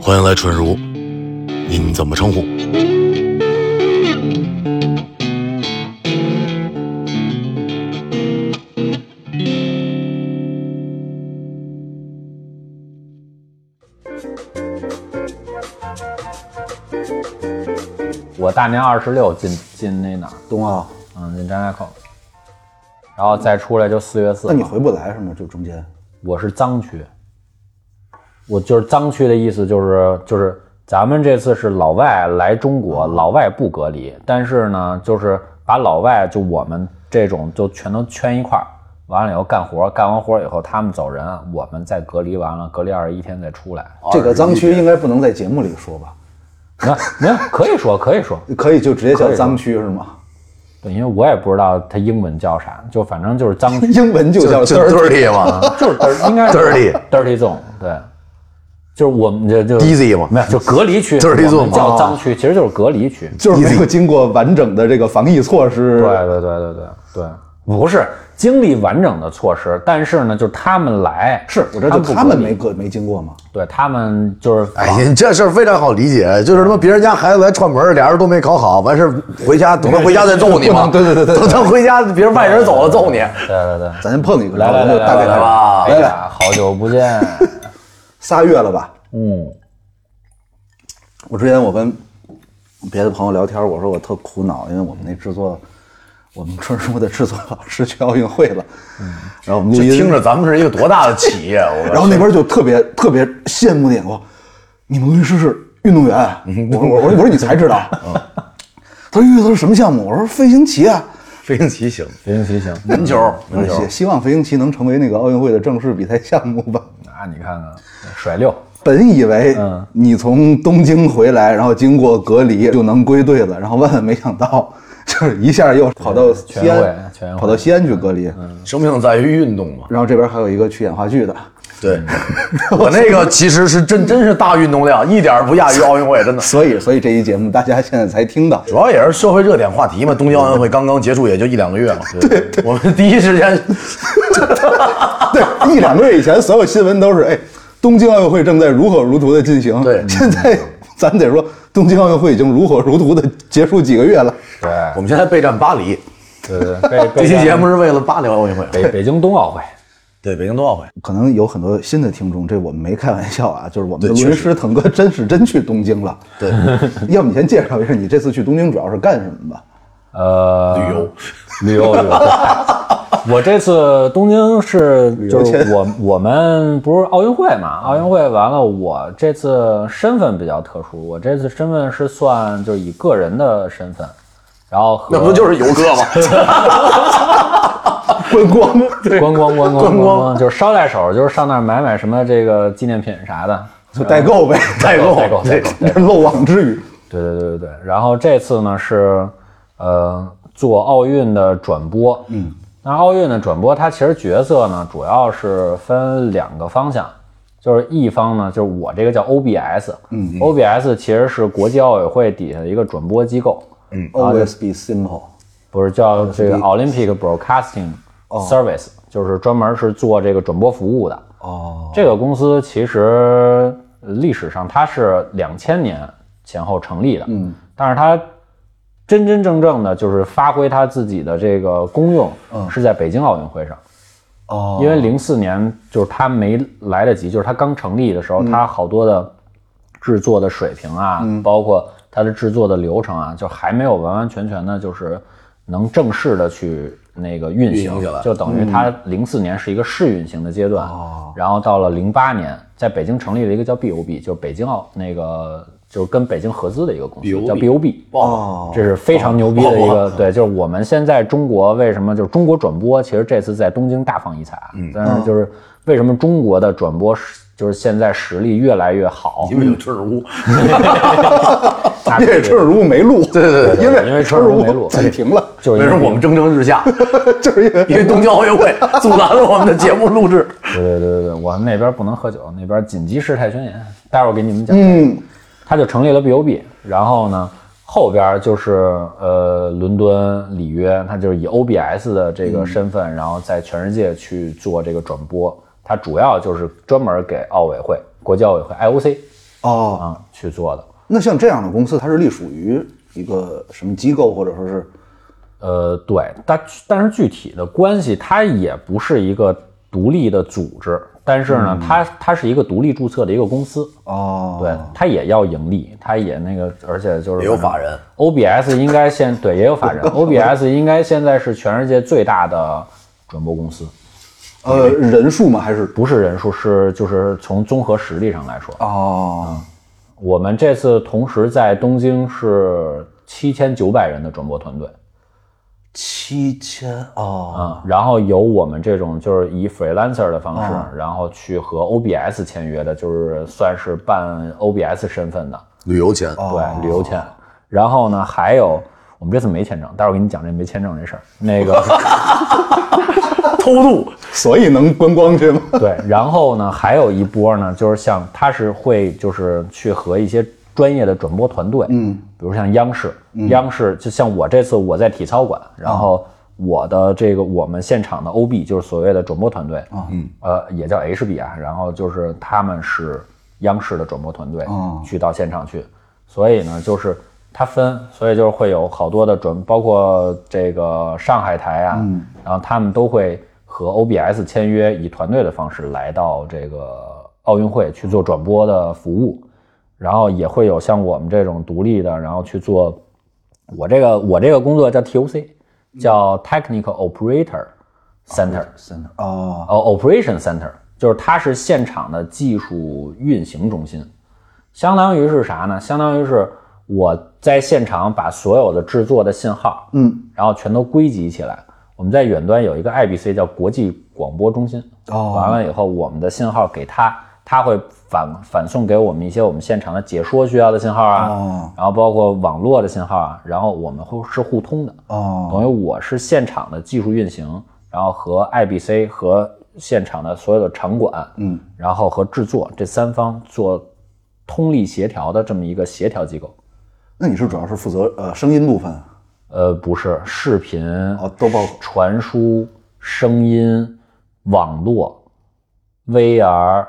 欢迎来春如，您怎么称呼？我大年二十六进进那哪儿，冬奥，嗯，进张家口，然后再出来就四月四那。你回不来是吗？这中间我是脏区，我就是脏区的意思就是就是咱们这次是老外来中哦国，老外不隔离，但是呢，就是把老外就我们这种就全都圈一块儿，完了以后干活，干完活以后他们走人，啊我们再隔离完了，隔离二十一天再出来。这个脏区应该不能在节目里说吧？那没有可以说可以说，可以就直接叫脏区是吗？ 对，因为我也不知道它英文叫啥，就反正就是脏区。英文就叫就 dirty dirty 嘛就是 dirty，应该是 Dirty dirty zone，对，就是我们这就，easy 嘛，没有，就隔离区 dirty zone 我们叫脏区，其实就是隔离区。就是没有经过完整的这个防疫措施。对对对对对对，不是经历完整的措施，但是呢，就是他们来，是我这他就们不他们隔离没过没经过嘛？对他们就是哎呀，你这事儿非常好理解，就是他妈别人家孩子来串门儿，俩人都没考好，完事儿回家等他回家再揍你嘛。对对对对等他回家别人外人走了 揍你。对对对，咱先碰一个，来来然来后就来大概来吧哎呀，好久不见，仨月了吧？嗯，我之前我跟别的朋友聊天，我说我特苦恼，因为我们那制作，我们春书的制作老师去奥运会了，嗯然后我们录这音听着咱们是一个多大的企 业，我然后那边就特别特别羡慕你，我你们律师是运动 员，我说我说我说你才知道，嗯 他说运动是什么项目？我说飞行棋啊，飞行棋行，飞行骑行，门球门球希希望飞行棋能成为那个奥运会的正式比赛项目吧。 那啊你看看甩六，本以为嗯你从东京回来，然后经过隔离就能归队了，然后万万没想到， 就是一下又跑到西全会安全，会嗯跑到西安去隔离。生命在于运动嘛。嗯然后这边还有一个去演话剧的，对， 我那个其实是真真是大运动量，一点儿不亚于奥运会，真的。所以所以这一节目大家现在才听到。 主要也是社会热点话题嘛，东京奥运会刚刚结束，也就一两个月嘛。对，我们第一时间 对，一两个月以前，所有新闻都是哎，东京奥运会正在如火如荼的进行。对现在咱得说，东京奥运会已经如火如荼的结束几个月了。对我们现在备战巴黎，对对，被这被期节目是为了巴黎奥运会，北北京冬奥会，对北京冬奥会。可能有很多新的听众，这我们没开玩笑啊，就是我们的对录音师腾哥真是真去东京了。对，要不你先介绍一下你这次去东京主要是干什么吧？呃，旅游，旅游， 旅游。我这次东京是游就签是我我们不是奥运会嘛？奥运会完了，我这次身份比较特殊，我这次身份是算就是以个人的身份，然后和那不就是游哥 吗？观光，观光观光观光光，就是捎带手，就是上那儿买买什么这个纪念品啥的。就 代购呗，代购代购代购这是漏网之鱼。对对对对对。然后这次呢是，呃，做奥运的转播。嗯，那奥运的转播，它其实角色呢主要是分两个方向，就是一方呢就是我这个叫 OBS，嗯，OBS 其实是国际奥委会底下的一个转播机构， Always be simple。不是叫这个 Olympic Broadcasting Service，、就是专门是做这个转播服务的。哦，这个公司其实历史上它是两千年前后成立的，嗯，但是它真真正正的就是发挥它自己的这个功用，是在北京奥运会上，哦，因为零四年就是它没来得及，就是它刚成立的时候，它好多的制作的水平啊，包括它的制作的流程啊，就还没有完完全全的，就是能正式的去那个运行，运行起来就等于它零四年是一个试运行的阶段，然后到了零八年，在北京成立了一个叫 BOB，就是北京奥那个就是跟北京合资的一个公司 BOB 叫 BOB。哦，这是非常牛逼的一个，哦对，就是我们现在中国为什么就是中国转播，其实这次在东京大放异彩啊，嗯但是就是为什么中国的转播是就是现在实力越来越好，因为有春 如，那因为春如没录，对对对因因为为春如如没录暂停了，就为是因什为么我们蒸蒸日 下？就是因为因为东京奥运 会阻拦了我们的节目录制。对对对对对，我们那边不能喝酒，那边紧急事态宣言，待会儿给你们讲。嗯，他就成立了 BOB，然后呢，后边就是呃伦敦、里约，他就是以 OBS 的这个身份，然后在全世界去做这个转播。它主要就是专门给奥委会、国际奥委会 IOC 哦啊、去做的。那像这样的公司，它是隶属于一个什么机构，或者说是呃，对，但但是具体的关系，它也不是一个独立的组织，但是呢，它它是一个独立注册的一个公司，哦，对，它也要盈利，它也那个，而且就是也有法人。 OBS 应该 现对也有法人，OBS 应该现在是全世界最大的转播公司，呃，人数吗？还是不是人数，是就是从综合实力上来说，哦，我们这次同时在东京是七千九百人的转播团队，七千哦，啊，然后有我们这种就是以 freelancer 的方啊式，然后去和 OBS 签约的，就是算是办 OBS 身份的， 旅游钱，对，旅游签。然后呢，还有我们这次没签证，待会儿我给你讲这没签证这事儿。那个 偷渡所以能观光去吗？对，然后呢，还有一波呢，就是像他是会就是去和一些专业的转播团队，嗯，比如像央视，央视就像我这次我在体操馆，然后我的这个我们现场的 OB 就是所谓的转播团队，嗯，呃，也叫 HB 啊，然后就是他们是央视的转播团队，哦去到现场去，所以呢，就是它分，所以就是会有好多的转，包括这个上海台啊，然后他们都会和 OBS 签约，以团队的方式来到这个奥运会去做转播的服务，然后也会有像我们这种独立的，然后去做我这个我这个工作叫 TOC，叫 Technical Operator Center，真的哦，呃 Operation Center，就是它是现场的技术运行中心，相当于是啥呢？相当于是我在现场把所有的制作的信号，嗯，然后全都归集起来。我们在远端有一个 IBC 叫国际广播中心，哦完了以后我们的信号给它，它会反反送给我们一些我们现场的解说需要的信号啊，哦然后包括网络的信号啊，然后我们会是互通的，哦，等于我是现场的技术运行，然后和 IBC 和现场的所有的场馆，嗯，然后和制作这三方做通力协调的这么一个协调机构。那你是主要是负责呃声音部分呃，不是视频哦都包括传输、声音、网络、VR，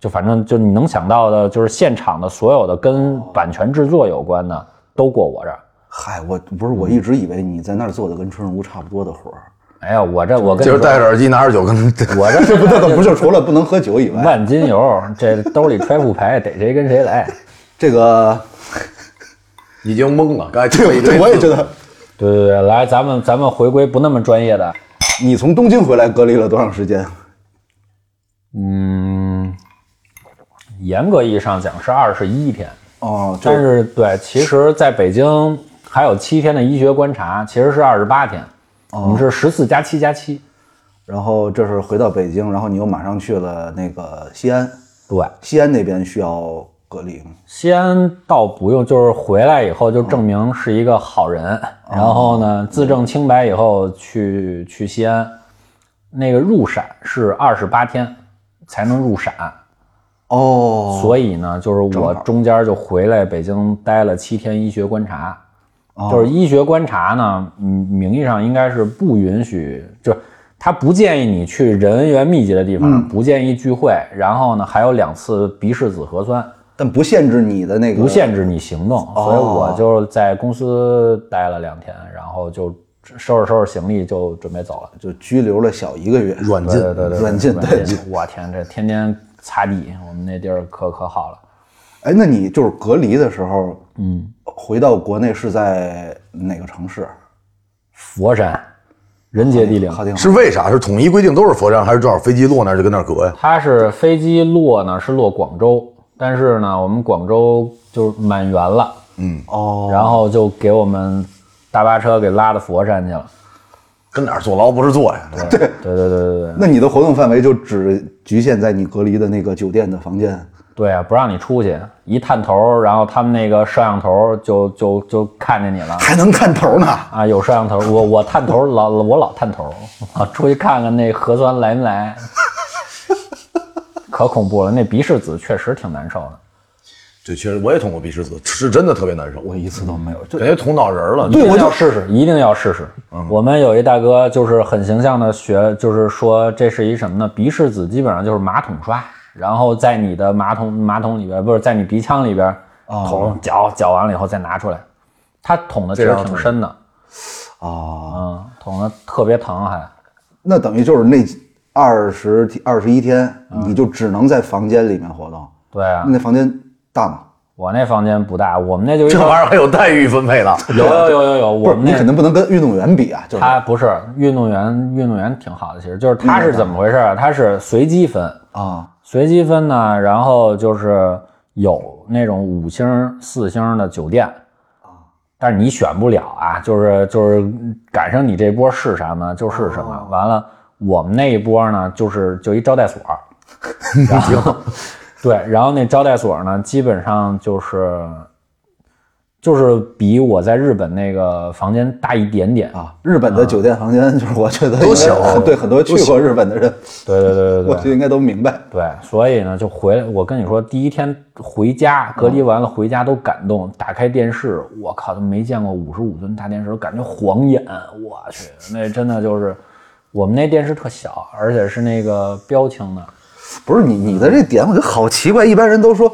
就反正就你能想到的，就是现场的所有的跟版权制作有关的都过我这儿。嗨，我不是，我一直以为你在那儿做的跟春日屋差不多的活儿，哎呀，我这我跟你 就是说，戴着耳机拿着酒 跟我这不对， 不是，除了不能喝酒以外，万金 油，这兜里揣副牌，逮谁跟谁来。这个已经懵了。刚才听了一对，对，堆字，我也觉得对对对，来，咱们咱们回归不那么专业的， 你从东京回来隔离了多长时间？嗯，严格意义上讲是二十一天，哦，就但是对，其实在北京还有七天的医学观察，其实是二十八天，我们是十四加七加七，然后这是回到北京，然后你又马上去了那个西安，对，西安那边需要隔离吗？西安倒不用，就是回来以后就证明是一个好人，然后呢自证清白以后去去西安，那个入陕是二十八天才能入陕，哦，所以呢，就是我中间就回来北京待了七天医学观察，就是医学观察呢，嗯，名义上应该是不允许，就是他不建议你去人员密集的地方，不建议聚会，然后呢还有两次鼻拭子核酸，但不限制你的那个，不限制你行动，哦所以我就在公司待了两天，然后就收拾收拾行李就准备走了。就拘留了小一个月，软对禁对对对，软禁对软禁， 我天，这天天擦地，我们那地儿可可好了。哎，那你就是隔离的时候，嗯，回到国内是在哪个城市？佛山，人杰地灵。哈定是为啥？是统一规定都是佛山，还是正好飞机落那儿就跟那儿隔呀？它是飞机落呢是落广州，但是呢我们广州就是满员了，哦，然后就给我们大巴车给拉到佛山去了。跟哪儿坐牢不是坐呀？对对对对对对那你的活动范围就只局限在你隔离的那个酒店的房间。对啊，不让你出去，一探头，然后他们那个摄像头就就就看见你了。还能探头呢？啊，有摄像头，我我探头老我老探头，我出去看看那核酸来没来，可恐怖了。那鼻拭子确实挺难受的。这确实我也捅过鼻屎子，是真的特别难受，我一次都没有，就感觉捅脑仁儿了。对一我定就嗯要试试，一定要试试。我们有一大哥就是很形象的学，就是说这是一什么呢？鼻拭子基本上就是马桶刷，然后在你的马桶马桶里边，不是在你鼻腔里边哦捅搅搅完了以后再拿出来，它捅的其这实样挺捅深的，啊，嗯，捅的特别疼还。那等于就是那二十二十一天，你就只能在房间里面活动。对嗯啊，那房间大吗？我那房间不大，我们那就一这个玩意儿还有待遇分配 了。 有有有有有，我不是，们你那肯定不能跟运动员比啊，就是他不是运动员，运动员挺好的，其实就是嗯他是怎么回事儿？他是随机分，啊随机分呢，然后就是有那种五星儿、四星儿的酒店，啊但是你选不了啊，就是就是赶上你这波是什么就是什哦么。完了，我们那一波呢，就是就一招待所， 然后对，然后那招待所呢，基本上就是就是比我在日本那个房间大一点点。啊！日本的酒店房间就是我觉得都应该小对很多去过日本的人，对对啊对对我对觉。得应该都明白。对，所以呢，就回来。我跟你说，第一天回家隔离完了回家都感动，打开电视，我靠，都没见过五十五寸大电视，感觉晃眼。我去，那真的就是我们那电视特小，而且是那个标清的。不是你你的这点，我觉得好奇怪。一般人都说，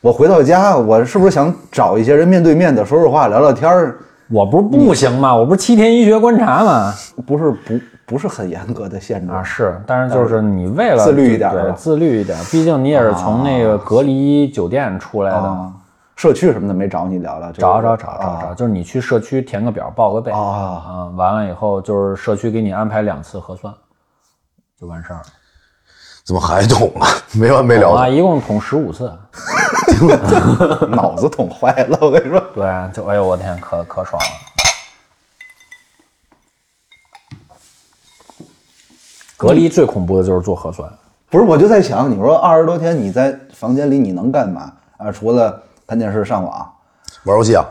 我回到家，我是不是想找一些人面对面的说说话、聊聊天儿？我不是不行吗？我不是七天医学观察吗？不是不不是很严格的限制啊，是，但是就是你为了自律一点儿对，吧自律一点儿，毕竟你也是从那个隔离酒店出来的。啊，社区什么的没找你聊聊？这个找找找找啊找，就是你去社区填个表，报个备啊嗯，完了以后就是社区给你安排两次核酸，就完事儿了。怎么还懂了？没完没了啊，的。一共捅十五次，啊脑子捅坏了，我跟你说。对，就哎呦我天，可可爽了。隔离最恐怖的就是做核酸，不是，我就在想，你说二十多天你在房间里你能干嘛啊？除了看电视、上网，玩游戏啊？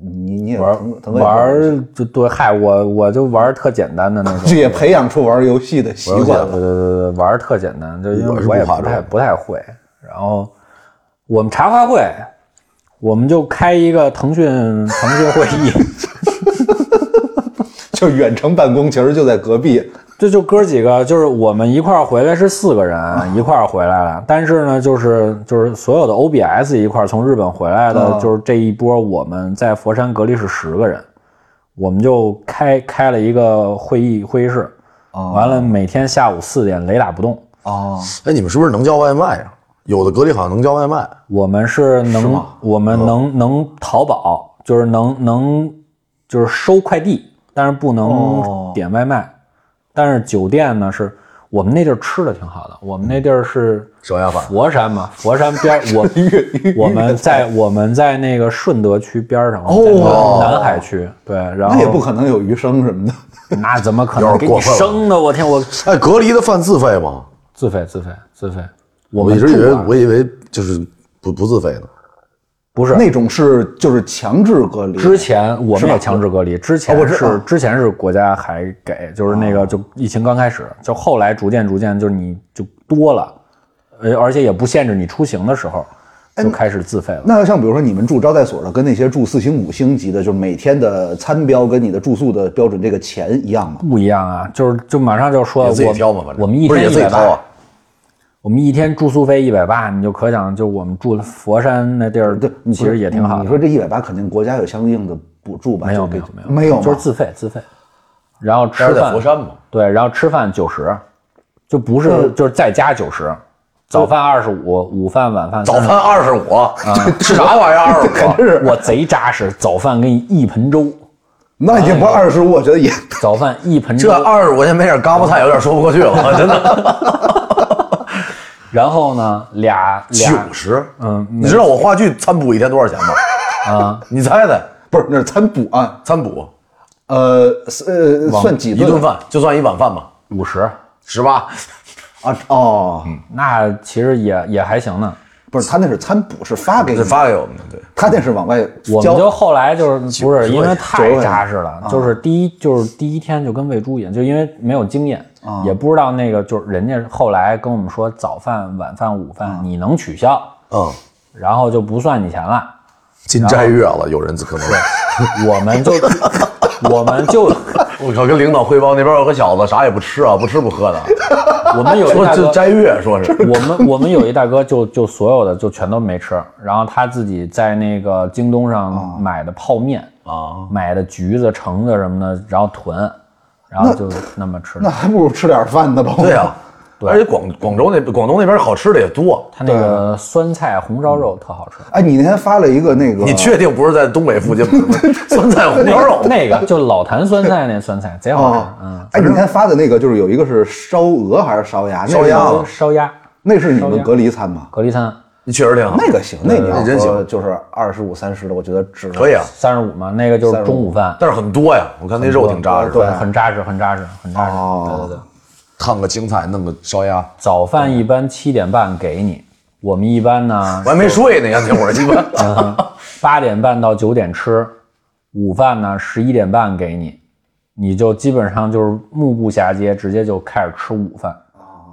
你你也腾玩腾格也，玩儿就对，嗨，我我就玩儿特简单的那种 也培养出玩游戏的习对对惯了对对，玩儿特简单，就因我为是我也不怕不太这个不太会。然后我们茶话会，我们就开一个腾讯腾讯会议，就远程办公，其实就在隔壁。这就哥几个，就是我们一块儿回来是四个人一块儿回来了，但是呢，就是就是所有的 OBS 一块儿从日本回来的，就是这一波我们在佛山隔离是十个人，我们就开开了一个会议会议室，完了每天下午四点雷打不动。 哦，哎，你们是不是能叫外卖啊？有的隔离好像能叫外卖。我们是能，我哦们能、能淘宝，就是能能就是收快递，但是不能哦点外卖。但是酒店呢，是我们那地儿吃的挺好的，我们那地儿是手压饭佛山嘛，佛山 边儿我我们在哎我们在那个顺德区边儿上，我们在哦南海区对，然后那也不可能有余生什么的。那怎么可有能给点过你分了生的？我天，我 哎，隔离的饭自费吗？自费自费自费，我我们一直以住为啊我以为就是不不自费呢。不是那种是就是强制隔离，之前我们也强制隔离，之前啊哦我知是啊之前是国家还给，就是那个就疫情刚哦开始，就后来逐渐逐渐就是你就多了，呃，而且也不限制你出行的时哎候，就开始自费了。那要像比如说你们住招待所的，跟那些住四星五星级的，就是每天的餐标跟你的住宿的标准这个钱一样吗？不一样啊，就是就马上就说也自己我挑嘛，反正我们一不是也天一自百己掏八啊，？我们一天住宿费一百八，你就可想就我们住的佛山那地儿对，，其实也挺好你的。说这一百八肯定国家有相应的补助吧？没有就没给有没有没有吗，就是自费自费，然后吃但是在饭佛山嘛，对，然后吃饭九十，就不是、就是再加九十，早饭二十五，午饭晚饭 早30饭二十 五，吃啊啥玩意儿啊嗯二十五？是我贼扎实，早饭给你一盆粥，那也不二十五，我觉得也 早饭一盆这粥，二十五块钱买点嘎巴菜有点说不过去了，啊真的。 然后呢俩俩九十，嗯，你知道我话剧餐补一天多少钱吗？啊， 你猜猜，不是那是餐补啊，餐补呃呃，算几一顿啊顿饭就算一碗饭吧，五十，十八。啊？哦，那其实也也还行呢。不是，他那是餐补，是发给你这，发给我们的， 对，他那是往外我们就交。后来就是不是九十因块为钱太扎实了，就是第一就是第一天就跟喂猪一样，就因为没有经验，也不知道那个就是人家后来跟我们说早饭、晚饭、午饭你能取消，嗯，然后就不算你钱了。 金斋月了，有人可 能我们就我们就我靠，跟领导汇报那边有个小子啥也不吃啊，不吃不喝 的，我们有一说大 这哥，斋月说是。我们我们有一大哥就就所有的就全都没吃，然后他自己在那个京东上买的泡面啊，买的橘子、橙子什么的，然后囤，然后就那么吃那。还不如吃点饭呢吧？对啊啊呀、而且广广州那广东那边好吃的也多。他那个酸菜红烧肉特好吃，哎，你那天发了一个那个，你确定不是在东北附近吗 酸菜红烧肉？那个就老坛酸菜那酸菜贼好吃，嗯，啊？哎，你那天发的那个就是有一个是烧鹅还是烧鸭？那烧是鸭你啊们烧鸭嗯那是你们隔离餐吗？隔离餐你确实啊挺好。那个行，那你要那真说行就是二十五三十的，我觉得值。可以啊，三十五嘛，那个就是中午饭，但是很多呀。我看那肉挺扎实的，对，很扎实，很扎实，很扎实。哦对对对，烫个青菜，弄个烧鸭，早饭一般七点半给你，我们一般 呢我还没睡呢，杨铁火鸡 巴。八点半到九点吃，午饭呢十一点半给你，你就基本上就是目不暇接，直接就开始吃午饭。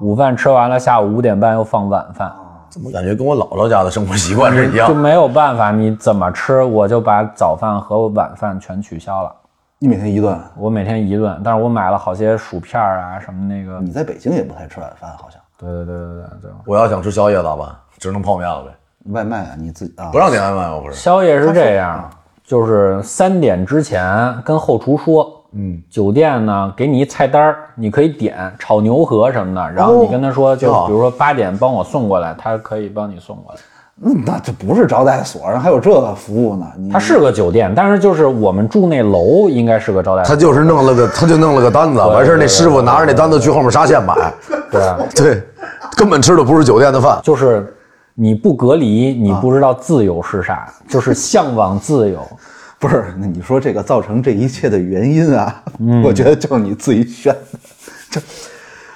午饭吃完了，下午五点半又放晚饭，怎么感觉跟我姥姥家的生活习惯是一就样？没有办法，你怎么吃我就把早饭和晚饭全取消了。你每天一顿，我每天一顿，但是我买了好些薯片儿啊什么那个，你在北京也不太吃晚饭，好像对对对对对对。我要想吃宵夜咋办？只能泡面了呗，外卖啊，你自己啊不让点外卖，我不是。宵夜是这样，就是三点之前跟后厨说，嗯，酒店呢给你一菜单儿，你可以点炒牛河什么的，然后你跟他说，就挺好比如说八点帮我送过来，他可以帮你送过来。那那这不是招待所，还有这个服务呢？你它是个酒店，但是就是我们住那楼应该是个招待他所，就是弄了个，他就弄了个单子，完事儿那师傅拿着那单子去后面沙县买，对啊，对，根本吃的不是酒店的饭。就是你不隔离，你啊不知道自由是啥，就是向往自由。不是？那你说这个造成这一切的原因啊？嗯我觉得就是你自己选的，就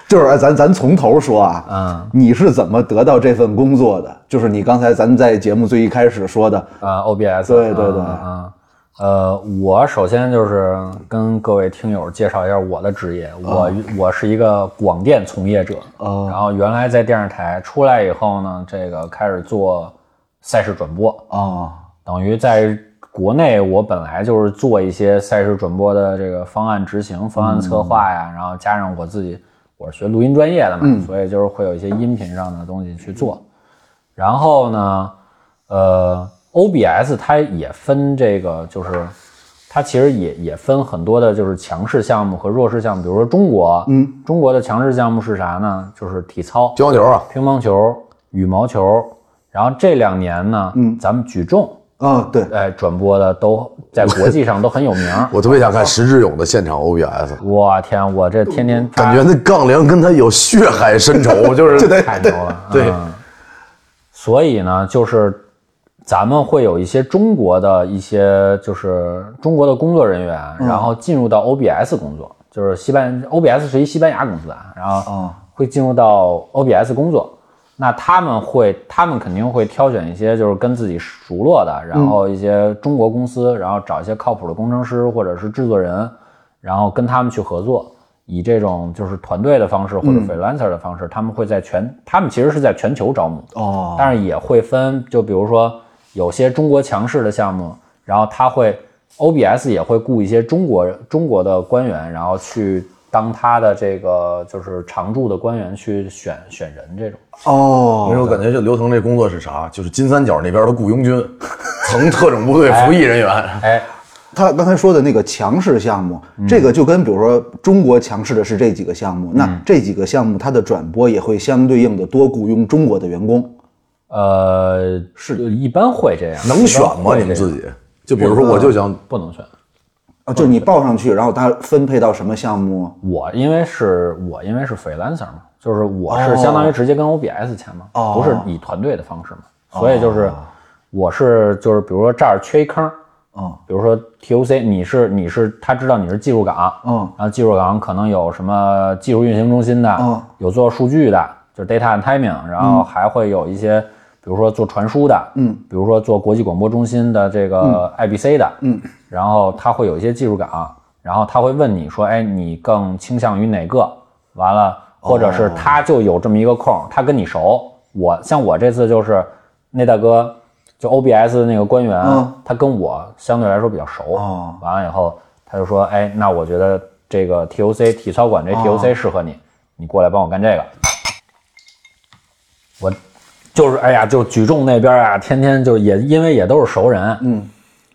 就是哎咱咱从头说啊，嗯，你是怎么得到这份工作的？就是你刚才咱们在节目最一开始说的，啊、o b s 对对对啊、呃，我首先就是跟各位听友介绍一下我的职业，啊我我是一个广电从业者，哦然后原来在电视台出来以后呢，这个开始做赛事转播，哦，等于在国内我本来就是做一些赛事转播的这个方案执行、方案策划呀，然后加上我自己我是学录音专业的嘛，所以就是会有一些音频上的东西去做。然后呢，呃，OBS 它也分这个，就是它其实也也分很多的，就是强势项目和弱势项目。比如说中国，嗯，中国的强势项目是啥呢？就是体操、乒乓球啊，乒乓球、羽毛球。然后这两年呢，嗯，咱们举重，啊，对，哎，转播的都在国际上都很有名儿。 我特别想看石志勇的现场 OBS，我天，我这天天感觉那杠铃跟他有血海深 仇，就是太牛了。对嗯所以呢，就是咱们会有一些中国的一些就是中国的工作人员，然后进入到 OBS 工作，就是西班 OBS 是一西班牙公司啊，然后哦会进入到 OBS 工作。那他们会，他们肯定会挑选一些就是跟自己熟络的，然后一些中国公司，然后找一些靠谱的工程师或者是制作人，然后跟他们去合作，以这种就是团队的方式或者 freelancer 的方式，他们会在全，他们其实是在全球招募，哦，但是也会分，就比如说有些中国强势的项目，然后他会 OBS 也会雇一些中国人中国的官员，然后去当他的这个就是常驻的官员去选选人这种。那时哦，候感觉就刘腾这工作是啥？就是金三角那边的雇佣军，曾特种部队服役人员。哎，他刚才说的那个强势项目，嗯这个就跟比如说中国强势的是这几个项目，嗯那这几个项目它的转播也会相对应的多雇佣中国的员工。呃，是一般会这样，能选嗯一般吗？会你们这样自己？就比如说，我就想不能选。啊，就是你报上去，然后它分配到什么项目？我因为是我因为是 freelancer 嘛，就是我是相当于直接跟 OBS 签嘛，哦不是以团队的方式嘛，所以就是我是就是比如说这儿缺一坑，哦，比如说 TOC 你是你是他知道你是技术岗，嗯，然后技术岗可能有什么技术运行中心的，嗯有做数据的，就是 data and timing，然后还会有一些，比如说做传输的，嗯，比如说做国际广播中心的这个 IBC 的，嗯，然后他会有一些技术岗，啊然后他会问你说，哎，你更倾向于哪个？完了，或者哦是他就有这么一个空，他跟你熟，我像我这次就是那大哥。就 OBS 的那个官员，嗯他跟我相对来说比较熟，哦完了以后，他就说：“哎，那我觉得这个 TOC 体操馆这 TOC 适合你，你过来帮我干这个。我就是哎呀，就举重那边啊，天天就也因为也都是熟人，嗯，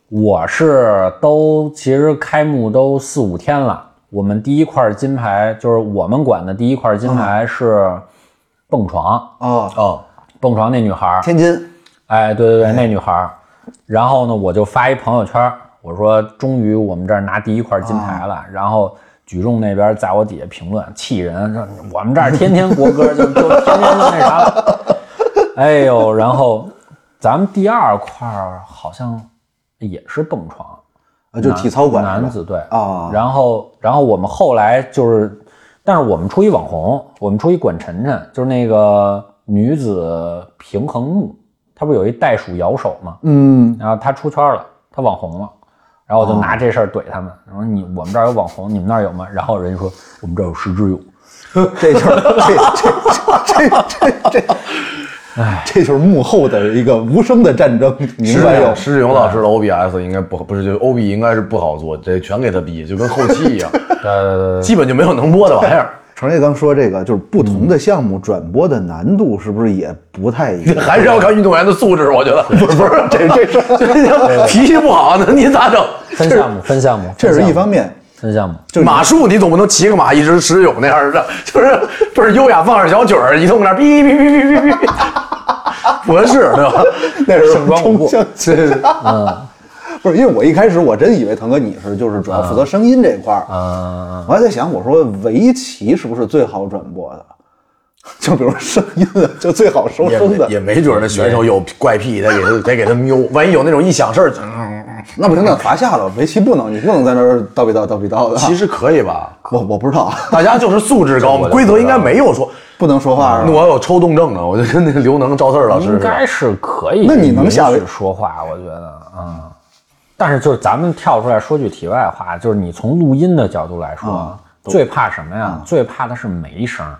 我是都其实开幕都四五天了，我们第一块金牌就是我们馆的第一块金牌是蹦床，哦，哦，蹦床那女孩儿，天津哎，对对对，那女孩儿。然后呢，我就发一朋友圈儿，我说终于我们这儿拿第一块金牌哦了。然后举重那边在我底下评论气人，说我们这儿天天国歌就就天天那啥了。哎呦，然后咱们第二块儿好像也是蹦床，啊， 就男体操馆是吧男子队啊然后，然后我们后来就是，但是我们出一网红，我们出一管晨晨，就是那个女子平衡木，她不是有一袋鼠咬手吗？嗯，然后她出圈了，她网红了。然后我哦就拿这事儿怼他们，我说你我们这儿有网红，你们那儿有吗？然后人家说我们这儿有石之勇， 这就是这这这这这这，哎，这就是幕后的一个无声的战争，明白有？石志勇老师的 OBS 应该不不是，就 OB 应该是不好做，这全给他逼，就跟后期一 样，呃，基本就没有能播的玩意儿，程烨刚说这个，就是不同的项目转播的难度是不是也不太一样？还是要看运动员的素质，我觉得不是不是这这事 儿，脾气不好那您咋整？分项目分项目， 这分是项一目方面， 分项目，马术你总不能骑个马一直石勇那样的，就是不是优雅放点小曲儿，一通搁那儿哔哔哔哔哔哔，不是对吧？那是盛装舞步冲向前。 不是，因为我一开始我真以为腾哥你是就是主要负责声音这一块儿，嗯、我还在想，我说围棋是不是最好转播的？就比如声音啊，就最好收也声的，也没准儿那选手有怪癖，得给他得给他瞄，万一有那种一想事儿，嗯那不行，那罚下了。围棋不能，你不能在那儿叨逼叨叨逼叨的。其实可以 吧？我我不知道，大家就是素质高嘛，规则应该没有说。不能说话是那吧？我有抽动症呢，我就跟那刘能、赵四儿老师应似的。该是可以。那你能下围说话？我觉得，嗯。但是就是咱们跳出来说句题外话，就是你从录音的角度来说，啊最怕什么呀？最怕的是没声儿。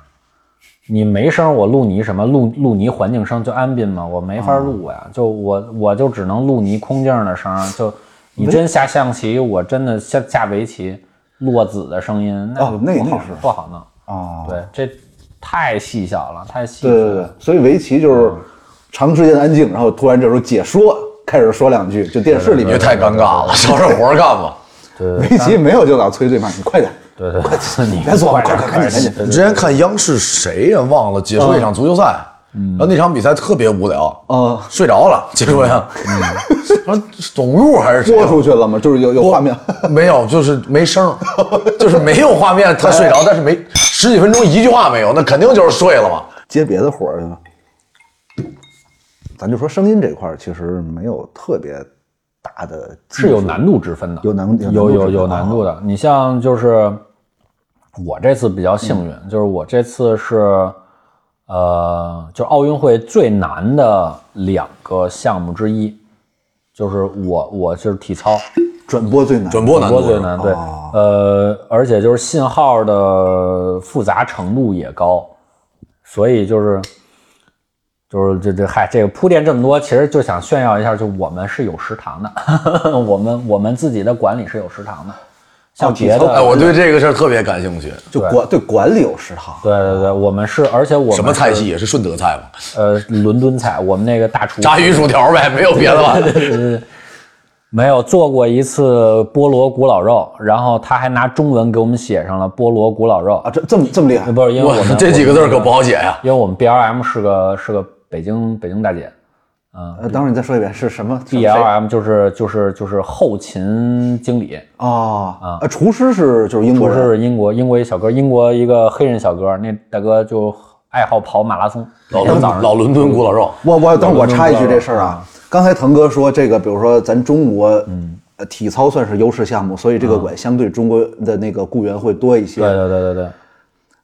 你没声儿，我录你什么？录录你环境声就安斌吗？我没法录啊呀，就我我就只能录你空镜儿的声儿。就你真下象棋，我真的下下围棋，落子的声音，那哦那不好那是不好弄。啊，对，这太细小了，太细对小了。对对，所以围棋就是长时间安静，然后突然这时候解说开始说两句，就电视里你这面太尴尬了，找找活儿干吧。围棋没有就老催对方，你快点，对对，对，你别做了，快点快赶紧赶紧。你之前看央视谁呀？忘了解说一场足球赛，嗯然后那场比赛特别无聊，啊哦睡着了解说呀。嗯 啊，总入还是谁播呀出去了吗？就是有有画面，没有，就是没声儿，就是没有画面，他睡着，哎但是没十几分钟一句话没有，那肯定就是睡了嘛。接别的活儿去了。咱就说声音这块儿，其实没有特别大的技术是有难度之分的，有难有难有度有之分有的啊难度的。你像就是我这次比较幸运，嗯就是我这次是呃，就是奥运会最难的两个项目之一，就是我我就是体操，转播最难，转播难度哦播最难，对，呃，而且就是信号的复杂程度也高，所以就是就是这这嗨，这个铺垫这么多，其实就想炫耀一下，就我们是有食堂的， 我们我们自己的管理是有食堂的，像别的，哎，我对这个事儿特别感兴趣。就管对管理有食堂。对对对，我们是，而且我们什么菜是？系也是顺德菜吧？呃，伦敦菜，我们那个大厨炸鱼薯条呗，没有别的吧？没有做过一次菠萝古老肉，然后他还拿中文给我们写上了菠萝古老肉啊，，这这么这么厉害？不是因为我我们这几个字儿可不。不好写呀。因为我们 BLM 是个是个北京北京大姐呃，等会儿你再说一遍是什么什么谁，BLM 就是就是就是后勤经理，啊啊！厨师是就是英国不人，是英国英国一小哥，英国一个黑人小哥，那大哥就爱好跑马拉松，老每天伦早上老伦敦古老肉，我我等会儿我伦敦插一过句来这了事儿啊，刚才腾哥说这个，比如说咱中国，嗯，体操算是优势项目，所以这个馆相对中国的那个雇员会多一些。对对对对对，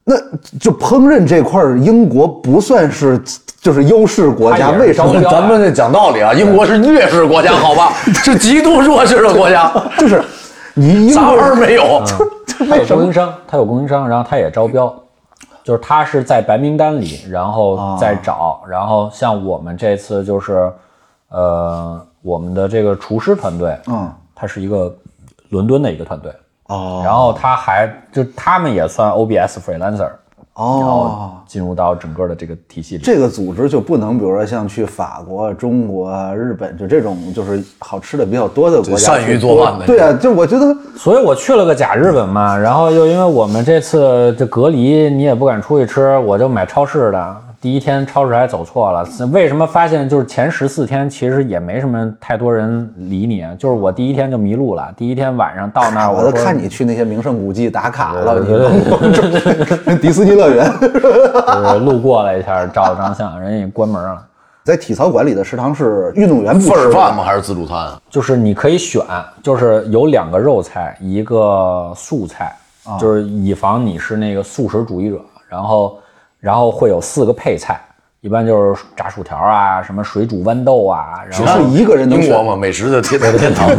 那就烹饪这块儿，英国不算是就是优势国它家，也是为啥中咱会们标咱们这讲道理啊，英国是劣势国家，好 吧？是极度弱势的国家， 就是你英啥国玩意儿人没有。他有供应商，他有供应商，然后他也招标，就是他是在白名单里，然啊后再找，然后像我们这次就是，呃，我们的这个厨师团队，嗯，它是一个伦敦的一个团队，哦然后他还就他们也算 OBS freelancer，然哦后，进入到整个的这个体系里。这个组织就不能，比如说像去法国、中国、啊日本，就这种就是好吃的比较多的国家，善于去做饭的对啊，就我觉得所以我去了个假日本嘛，然后又因为我们这次这隔离，你也不敢出去吃，我就买超市的。第一天超市还走错了，为什么发现就是前十四天其实也没什么太多人理你，啊就是我第一天就迷路了，第一天晚上到那儿我我都说看你去那些名胜古迹打卡了，对对你 迪士尼乐园，就是路过了一下，照了张相，人家也关门了。在体操馆里的食堂是运动员不份吃儿的饭吗？还是自助餐啊？就是你可以选，就是有两个肉菜，一个素菜，啊就是以防你是那个素食主义者。然后，然后会有四个配菜，一般就是炸薯条啊，什么水煮豌豆啊，然只后是一个人能英国选，嘛，美食的天天堂，，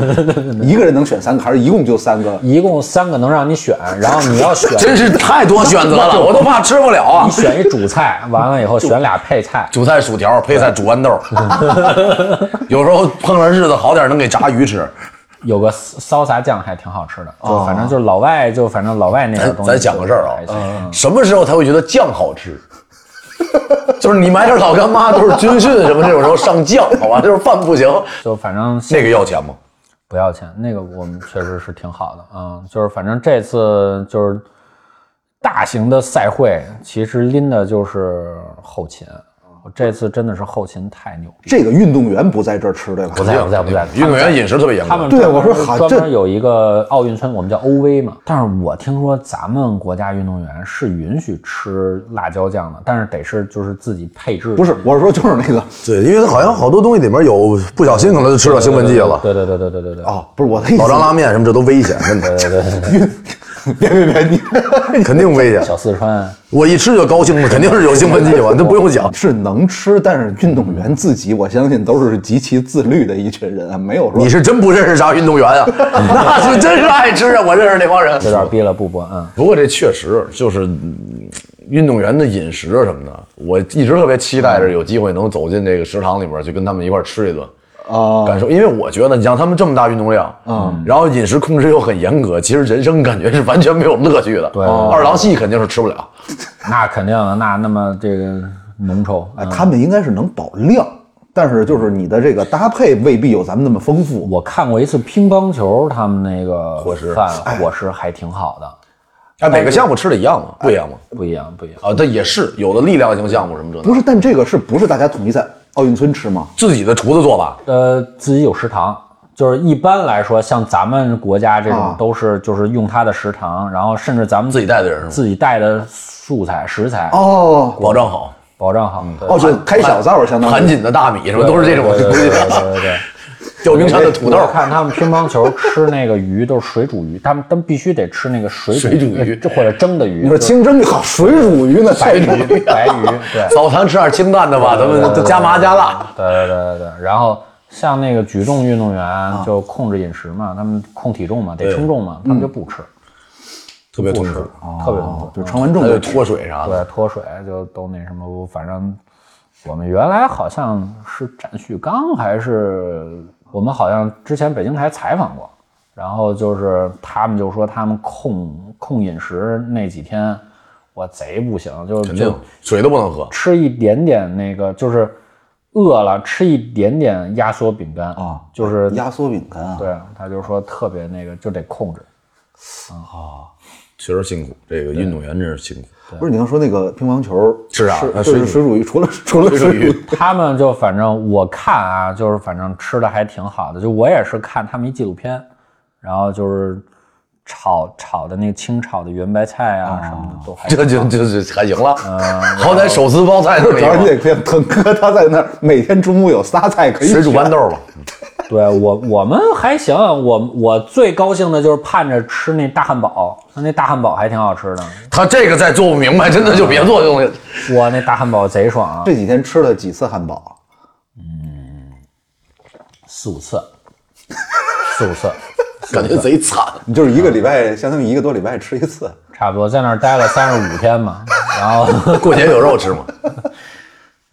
一个人能选三个，还是一共就三个？一共三个能让你选，然后你要选 真是太多选择 了，我都怕吃不了啊你。选一主菜，完了以后选俩配菜，韭菜薯条配菜煮豌豆， 有时候碰上日子好点儿能给炸鱼吃。有个骚撒酱还挺好吃的，就反正就是老外，就反正老外那个咱东西。咱讲个事儿啊还行嗯，什么时候才会觉得酱好吃？ 就是你买点老干妈，都是军训什么这种时候上酱，好吧？就是饭不行，就反正那个要钱吗？不要钱，那个我们确实是挺好的啊、嗯就是反正这次就是大型的赛会，其实拎的就是后勤。我这次真的是后勤太牛逼，这个运动员不在这儿吃，对吧？不在不在不在，运动员饮食特别严他格们。对专门我说好专这门有一个奥运村，我们叫 OV 嘛。但是我听说咱们国家运动员是允许吃辣椒酱的，但是得是就是自己配制的，不是，我是说就是那个对，因为好像好多东西里面有不小心可能就吃到兴奋剂了，对对对对对对对。哦，不是我的意老张思，拉面什么这都危 险，真的 别别别，你 肯定危险。小四川，我一吃就高兴了，肯定是有兴奋 剂吧，这不用讲。啊是能吃，但是运动员自己，我相信都是极其自律的一群人啊，没有说你是真不认识啥运动 员啊？那是真是爱吃啊！我认识那帮人。有点逼了不播，嗯，不过这确实就是嗯运动员的饮食啊什么的，我一直特别期待着有机会能走进这个食堂里边去跟他们一块儿吃一顿。啊，感受，因为我觉得你像他们这么大运动量，嗯，然后饮食控制又很严格，其实人生感觉是完全没有乐趣的。对二郎系肯定是吃不了，那肯定的，那那么这个浓稠，哎，他们应该是能保量，但是就是你的这个搭配未必有咱们那么丰富。我看过一次乒乓球，他们那个伙食饭伙食还挺好的，哎，每个项目吃的一样哎吗？不一样吗？不一样不一样。啊，但也是有的力量型项目什么这那不是，但这个是不是大家统一在奥运村吃吗？自己的厨子做吧。呃，自己有食堂，就是一般来说，像咱们国家这种啊都是就是用它的食堂，然后甚至咱们自己带的人是吗自己带的素材食材，哦保障好，保障好。对哦，就开小灶相当盘于锦的大米什么都是这种对东对对西 对，对对对。吊冰山的土豆我。看他们乒乓球吃那个鱼都是水煮鱼，他们他们必须得吃那个水水煮鱼这或者蒸的鱼，你说就是清蒸就好，水煮鱼呢？白太鱼白鱼，对。早餐吃点清淡的吧，咱们都加麻加辣。对对对对对，然后像那个举重运动啊员就控制饮食嘛，他们控体重嘛，得称重嘛，嗯他们就不吃，特别痛苦，特别痛哦苦，就称完重还就得脱水啥的。对，脱水就都那什么，反正我们原来好像是展旭刚还是我们好像之前北京台采访过，然后就是他们就说他们控控饮食那几天，我贼不行，就肯就定水都不能喝，吃一点点那个就是。饿了吃一点点压缩饼干啊就是压缩饼干啊。对，他就说特别那个就得控制。确实辛苦。这个运动员真是辛苦。不是你刚说那个乒乓球是啊啊就是水水煮鱼，除了除了水煮水鱼煮鱼，他们就反正我看啊，就是反正吃的还挺好的。就我也是看他们一纪录片，然后就是炒炒的那个清炒的圆白菜啊什么的都还。 这就就是还行了，好歹手撕包菜都没主要你有，得跟腾哥他在那儿每天中午有仨菜 可以水煮选豌豆吧。对我我们还行，啊我我最高兴的就是盼着吃那大汉堡，那大汉堡还挺好吃的，他这个再做不明白，真的就别做这东西。 哇，那大汉堡贼爽啊，这几天吃了几次汉堡？四五次，四五次。感觉贼惨。你就是一个礼拜，相当于一个多礼拜吃一次。差不多在那儿待了三十五天嘛，然后过节有肉吃吗？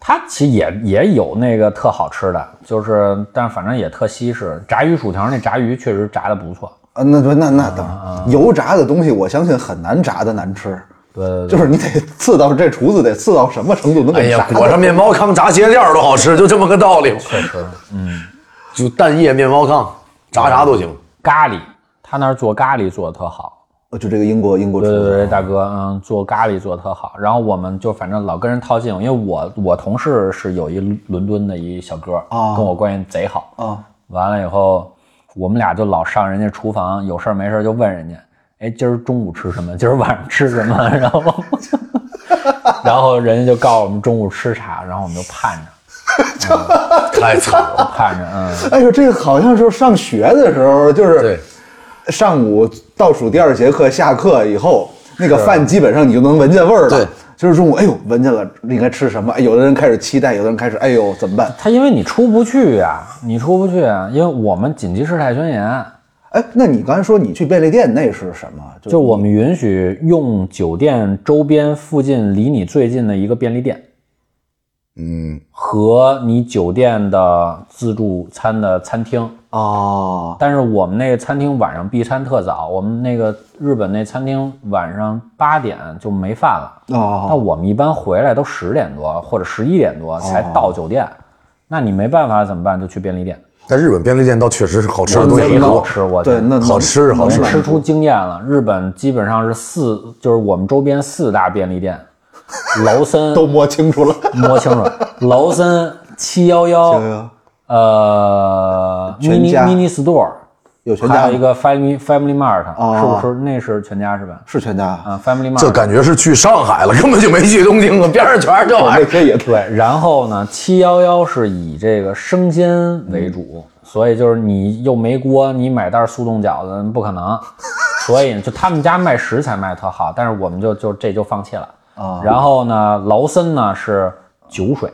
它其实也也有那个特好吃的，就是但反正也特西式，炸鱼薯条那炸鱼确实炸的不错，啊，那就那那当啊然，油炸的东西我相信很难炸的难吃，对对对就是你得刺到这厨子得刺到什么程度能 哎给呀炸，裹的上面包糠炸鞋垫儿都好吃，就这么个道理。确实，嗯，就蛋液面包糠，炸啥都行。咖喱，他那儿做咖喱做的特好。呃就这个英国英国厨对对子，对，大哥，嗯，做咖喱做的特好。然后我们就反正老跟人套近乎，因为我我同事是有一伦敦的一小哥，啊跟我关系贼好。啊，完了以后，我们俩就老上人家厨房，有事儿没事儿就问人家，哎，今儿中午吃什么？今儿晚上吃什么？ 然后，然后人家就告诉我们中午吃啥，然后我们就盼着太惨了，盼着，嗯，哎呦，这个好像是上学的时候，就是 对上午倒数第二节课下课以后，那个饭基本上你就能闻见味儿了。对，就是中午，哎呦，闻见了，应该吃什么？哎，有的人开始期待，有的人开始，哎呦，怎么办？他因为你出不去呀、你出不去啊，因为我们紧急事态宣言，哎，那你刚才说你去便利店那是什么？就我们允许用酒店周边附近离你最近的一个便利店嗯，和你酒店的自助餐的餐厅，哦，但是我们那个餐厅晚上闭餐特早，我们那个日本那餐厅晚上八点就没饭了。那哦，我们一般回来都十点多或者十一点多哦才到酒店，那你没办法怎么办？就去便利店，在日本便利店倒确实是好吃的我东西贼很好多，吃，我对，那能好吃能好我吃们满吃足出经验了。日本基本上是四，就是我们周边四大便利店，劳森都摸清楚了。摸清楚了，劳森七幺 幺，行呃全，mini 家 mini store。有全还家有一吗？个 Family Family Mart，、哦是不是？那是全家是吧？是全家啊，啊，Family 这 Mart。感觉是去上海了，根本就没去东京啊，边上全是这玩意哦那儿。些也对。然后呢，七幺幺是以这个生鲜为嗯主，所以就是你又没锅，你买袋速冻饺子不可 能，所以就他们家卖食材卖得特好，但是我们就就这就放弃了。啊然后呢，劳森呢是酒水。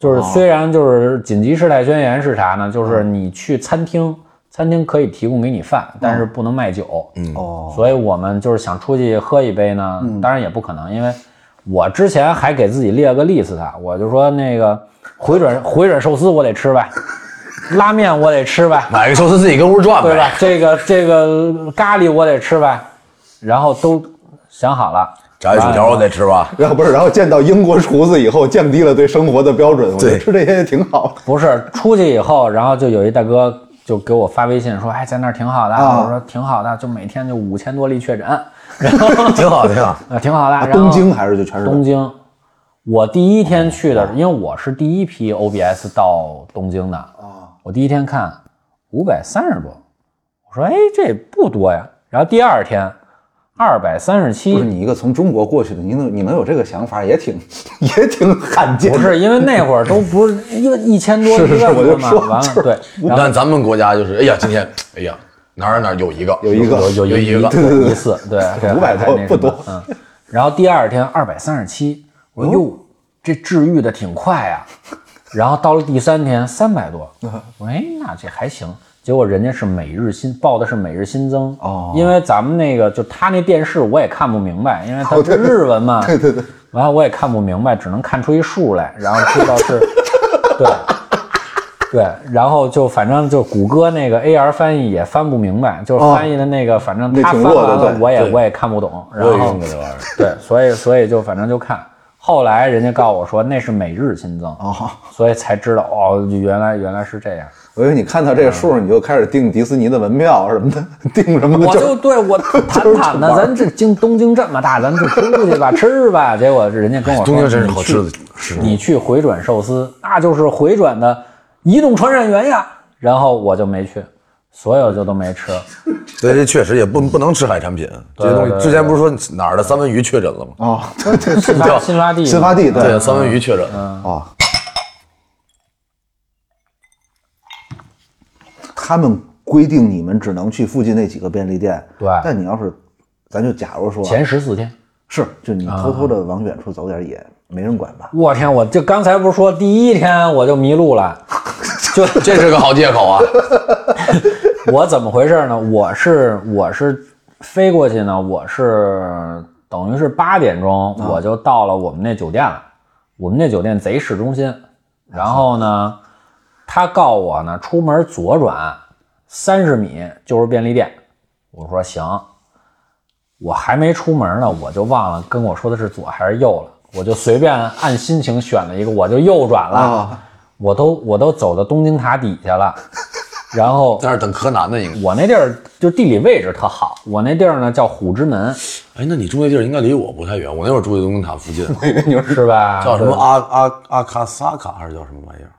就是虽然就是紧急事态宣言是啥呢？就是你去餐厅，餐厅可以提供给你饭，但是不能卖酒。嗯，哦，所以我们就是想出去喝一杯呢，当然也不可能，因为我之前还给自己列了个 list，啊我就说那个回转回转寿司我得吃呗，拉面我得吃呗，买个寿司自己跟屋转对呗，吧？这个这个咖喱我得吃呗，然后都想好了，啊炸鱼薯条我得吃吧。然后不是，然后见到英国厨子以后，降低了对生活的标准。我觉得对吃这些也挺好。不是出去以后，然后就有一大哥就给我发微信说，哎，在那儿挺好的，啊我说挺好的，就每天就五千多例确诊， 挺好，挺好。呃，挺好的。然后啊东京还是就全是东京，我第一天去的，因为我是第一批 OBS 到东京的啊我第一天看五百三十多，我说哎这不多呀。然后第二天二百三十 不是七，你一个从中国过去的，你能你能有这个想法，也挺 也挺罕见。不，是因为那会儿都不是一个一千多是是一万是我多就嘛，说完就是了对，然后但咱们国家就是，哎呀，今天，哎呀，哪儿哪儿有一个，有一个有有一一个，个一次，对，这500还还多那什不么多嗯。然后第二天二百三十七，我说哟，这治愈的挺快啊。然后到了第三天三百多，我说哎，那这还行。结果人家是每日新报的是每日新增哦因为咱们那个就他那电视我也看不明白，因为它是日文嘛，对对对，完了我也看不明白，只能看出一数来，然后知道是，对，对，然后就反正就谷歌那个 AR 翻译也翻不明白，就是哦翻译的那个，反正那他挺翻完弱的了对我也对我也看不懂，然我也后用过这玩意儿。对，所以所以就反正就看，后来人家告诉我说那是每日新增，哦，所以才知道哦，原来原来是这样。我以为你看到这个嗯数，你就开始订迪士尼的门票什么的， 订什么我 就是就对我坦坦的，咱这京东京这么大，咱就出去吧，吃吧。结果人家跟我说，东京真是你好去吃的，是你去回转寿司，那就是回转的移动传染源呀。然后我就没去，所有就都没吃。对，这确实也不不能吃海产品，这些东对对西。之前不是说哪儿的三文鱼确诊了吗？ 哦，对对新 发新发地，新发地对对，三文鱼确诊了。哦，他们规定你们只能去附近那几个便利店，对但你要是，咱就假如说啊前十四天。是，就你偷啊偷的往远处走点也没人管吧？我天，我就刚才不是说第一天我就迷路了，就这是个好借口啊！我怎么回事呢？我是我是飞过去呢，我是等于是八点钟我就到了我们那酒店了，我们那酒店贼市中心。然后呢，他告我呢，出门左转三十米就是便利店。我说行，我还没出门呢，我就忘了跟我说的是左还是右了，我就随便按心情选了一个，我就右转了。啊我都我都走到东京塔底下了，然后在那儿等柯南呢，应该。我那地儿就地理位置特好，我那地儿呢叫虎之门，哎，那你住那地儿应该离我不太远，我那会儿住在东京塔 附近，是吧？ 叫什么阿阿阿卡萨卡还是叫什么玩意儿？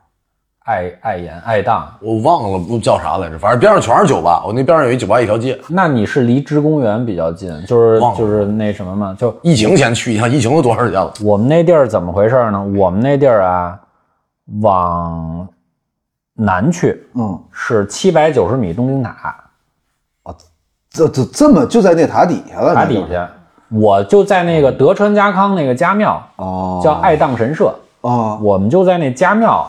爱爱演爱当。我忘了不叫啥来着，反正边上全是酒吧，我那边上有一酒吧一条街。那你是离芝公园比较近，就是忘了就是那什么嘛，就疫情前去一趟，疫情都多长时间了？我们那地儿怎么回事呢？我们那地儿啊，往南去嗯，是七百九十米东京塔这这这么就在那塔底下了，塔那就底是下，我就在那个德川家康那个家庙，哦，叫爱宕神社。哦，我们就在那家庙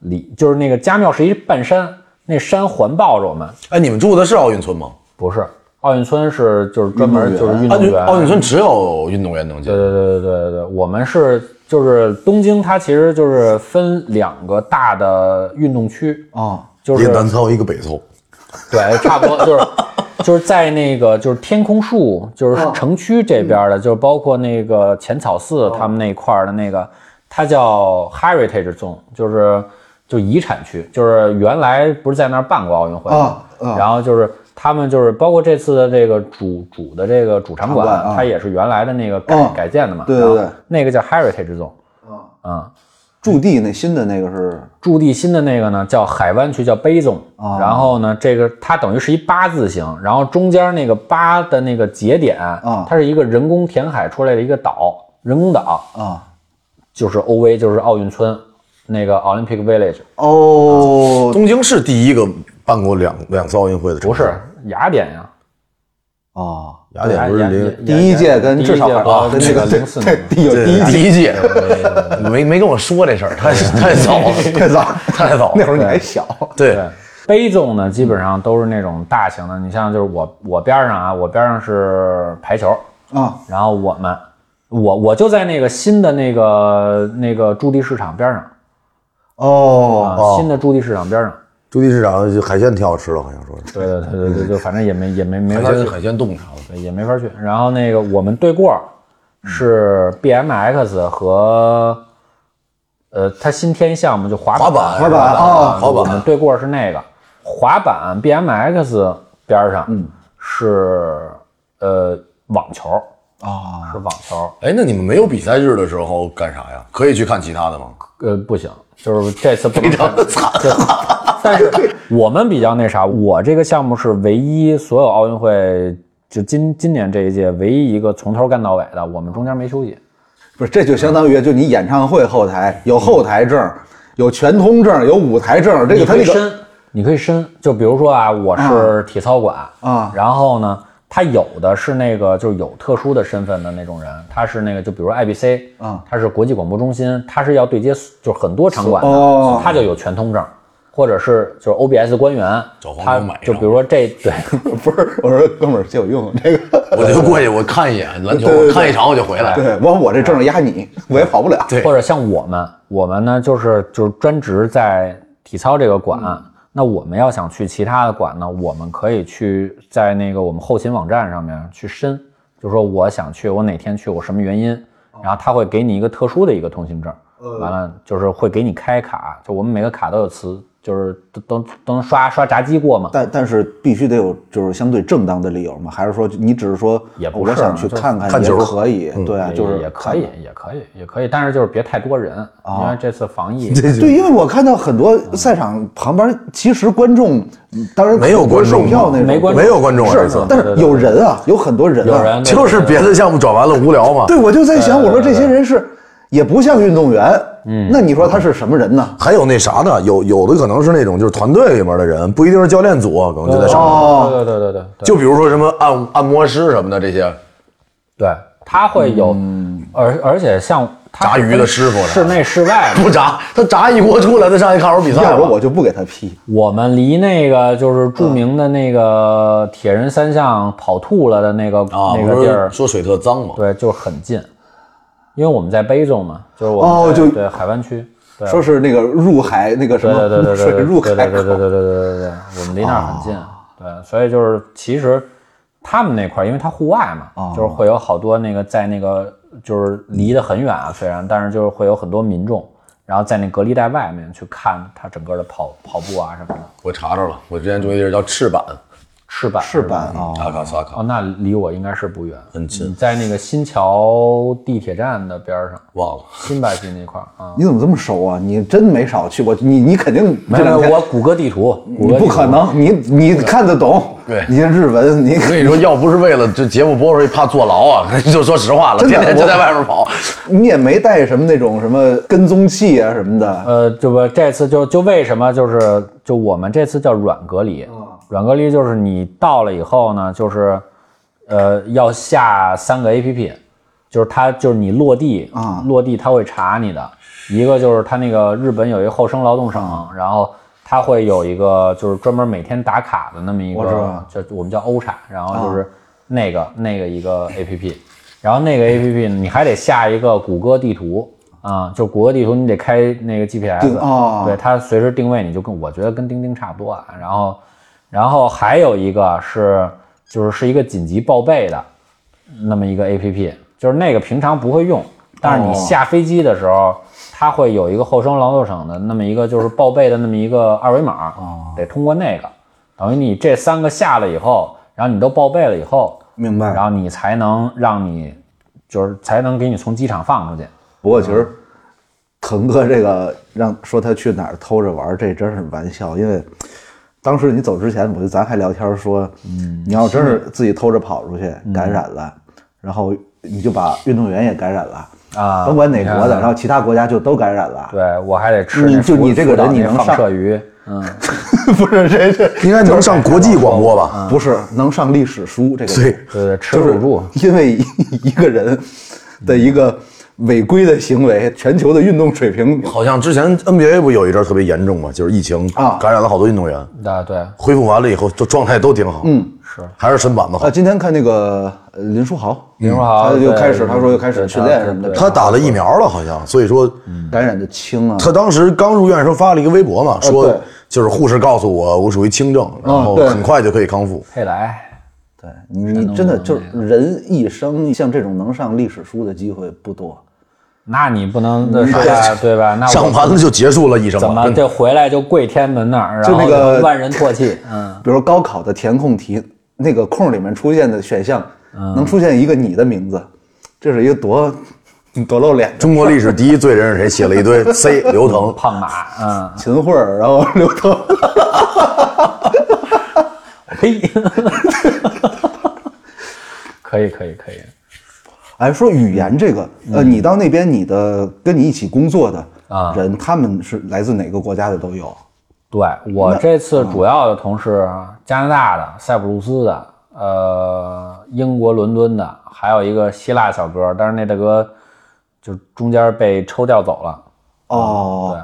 里，就是那个家庙是一半山，那山环抱着我们。哎，你们住的是奥运村吗？不是，奥运村是就是专门运就动是员运奥动运员。奥运村只有运动员能进对。对对对对对，我们是就是东京，它其实就是分两个大的运动区，哦，就一是个南操，一个北操。对，差不多就是就是在那个就是天空树，就是城区这边的，就是包括那个浅草寺他们那块儿的那个，它叫 Heritage Zone，就是就遗产区，就是原来不是在那儿办过奥运会吗啊？啊然后就是他们就是包括这次的这个主主的这个主场馆，场馆啊它也是原来的那个改、嗯改建的嘛。对对对然后那个叫 Heritage Zone。嗯，驻地那新的那个是驻地新的那个呢叫海湾区，叫杯纵。哦然后呢，这个它等于是一八字形，然后中间那个八的那个节点，嗯它是一个人工填海出来的一个岛，人工岛啊，就是 OV，就是奥运村那个 Olympic Village，啊哦东京是第一个办过两两次奥运会的城市，不是雅典呀、哦，雅典不是雅零雅第一届跟至少第一届反和正那个对零四对年，第有第一对届第一届，没没跟我说这事儿，太太早了，太早了，太早 了。那会儿你还小，对对，杯纵呢，基本上都是那种大型的。你像就是我我边上啊，我边上是排球，啊然后我们我我就在那个新的那个那个驻地市场边上啊、哦新的驻地市场边上。驻地市场就海鲜挺好吃的，好像说是对对对对对，就反正也没也没没海法去鲜，海鲜冻啥的。对也没法去。然后那个我们对过儿是 BMX 和呃，它新添项目就滑滑板板，滑板啊滑我们板，对过儿是那个滑板 BMX 边儿上，嗯，是呃网球，啊是网球，哎，那你们没有比赛日的时候干啥呀？可以去看其他的吗？呃不行，就是这次不能参的惨。对，但是我们比较那啥，我这个项目是唯一所有奥运会就今今年这一届唯一一个从头干到尾的，我们中间没休息。不是，这就相当于就你演唱会后台有后台证，有全通证，有舞台证，这个他你可那以个申，你可以申，就比如说啊，我是体操馆啊然后呢，他有的是那个就是有特殊的身份的那种人，他是那个就比如 IBC 啊他是国际广播中心，他是要对接就是很多场馆的，哦他就有全通证。或者是就是 OBS 官员找，黄牛他买一就张比如说这 对不是，我说哥们儿借我用用这个，我就过去，我看一眼篮球，我看一场我就回来。对我我这证压你， 我也跑不了。对或者像我们，我们呢就是就是专职在体操这个馆。那我们要想去其他的馆呢，我们可以去在那个我们后勤网站上面去申，就说我想去，我哪天去，我什么原因，然后他会给你一个特殊的一个通行证，完了就是会给你开卡，就我们每个卡都有磁，就是都都都能刷刷闸机过嘛。但但是必须得有就是相对正当的理由嘛？还是说你只是说也不是我想去就是看看看也球可以？对啊，嗯也就是也可以，也可以，也可以，但是就是别太多人，因为这次防疫。对，因为我看到很多赛场旁边，其实观众嗯当然没有观售众票那种没观众没有观众啊，这是次，但是有人啊，有很多人啊。有人对就是别的项目转完了无聊嘛。对，我就在想，我说这些人是也不像运动员，嗯，那你说他是什么人嗯呢？还有那啥呢？有有的可能是那种就是团队里面的人，不一定是教练组啊，可能就在上面。哦，对对对对对，就比如说什么按按摩师什么的这些，对，他会有，嗯而而且像它炸是鱼分的师傅呢室内室外的，不炸，他炸一锅出来，他上去看会儿比赛啊要不吧。我就不给他批。我们离那个就是著名的那个铁人三项跑吐了的那个啊，那我个地儿说，说水特脏嘛，对，就是很近，因为我们在杯中嘛，就是我哦们在就对海湾区，说是那个入海那个什对对对么对入对水对入对对海对对对口，对对对，我们离那儿很近，对，所以就是其实他们那块儿，因为它户外嘛，就是会有好多那个在那个就是离得很远啊，虽然但是就是会有很多民众，然后在那隔离带外面去看他整个的跑跑步啊什么的，我查着了，我之前住一地儿叫赤坂，赤坂赤坂啊，阿卡萨卡，哦，那离我应该是不远，很近你在那个新桥地铁站的边儿上，忘了。新百济那块儿啊。你怎么这么熟啊？你真没少去过，你你肯定没有这两没有，天我谷歌地图，谷你歌地不图可能，你你看得懂，对你日文你 我跟你说，要不是为了这节目播出去怕坐牢啊， 就说实话了，真的天天就我在外面跑。你也没带什么那种什么跟踪器啊什么的，呃，这不这次就就为什么就是就我们这次叫软隔离，软隔离就是你到了以后呢，就是呃要下三个 A P P，就是它就是你落地啊落地它会查你的，一个就是它那个日本有一个厚生劳动省，然后它会有一个就是专门每天打卡的那么一我知道啊个，就我们叫欧产，然后就是那个那个一个 A P P，然后那个 A P P 你还得下一个谷歌地图。啊、就谷歌地图，你得开那个 GPS，定哦对它随时定位，你就跟我觉得跟钉钉差不多啊。然后，然后还有一个是就是是一个紧急报备的那么一个 APP，就是那个平常不会用，但是你下飞机的时候，它会有一个厚生劳动省的那么一个就是报备的那么一个二维码，哦得通过那个，等于你这三个下了以后，然后你都报备了以后，明白然后你才能让你就是才能给你从机场放出去。不过其实腾哥这个让说他去哪儿偷着玩儿，这真是玩笑，因为当时你走之前，我就咱还聊天说，嗯，你要真是自己偷着跑出去感染了，然后你就把运动员也感染了啊甭管哪国的，然后其他国家就都感染了。对我还得吃你那就福你这个福岛人你那能放上射鱼，嗯， 不是这这应该能上国际广播吧？不是能上历史书这个，对，对对，吃就不是住。 因为一个人的一个违规的行为，全球的运动水平 好像之前 NBA 不有一阵儿特别严重嘛，就是疫情啊感染了好多运动员，啊，对，恢复完了以后都状态都挺好。嗯，是还是身板子好啊，。今天看那个呃林书豪，林书豪嗯他就对开始他说又开始对训他练什么的，他打了疫苗了，好像，所以说感染的轻啊。他当时刚入院的时候发了一个微博嘛，说对就是护士告诉我我属于轻症，然后对很快就可以康复。佩莱，对你真的就是人一生像这种能上历史书的机会不多，那你不嗯能对吧？对吧？那上我完了就结束了，一生怎嘛么真的这回来就跪天安门那儿，然就后那个万 人唾弃？嗯，比如高考的填空题，那个空里面出现的选项能出现一个你的名字，这是一个多多露脸的。中国历史第一罪人是谁？写了一堆 C 刘腾，胖马， 嗯，秦桧儿，然后刘涛，呸，可以，可以，可以。哎，说语言这个，呃，你到那边，你的跟你一起工作的嗯啊人，他们是来自哪个国家的都有，对我这嗯次主要的同事，加拿大的、塞浦路斯的，呃，英国伦敦的，还有一个希腊小哥，但是那大哥就中间被抽调走了。啊哦，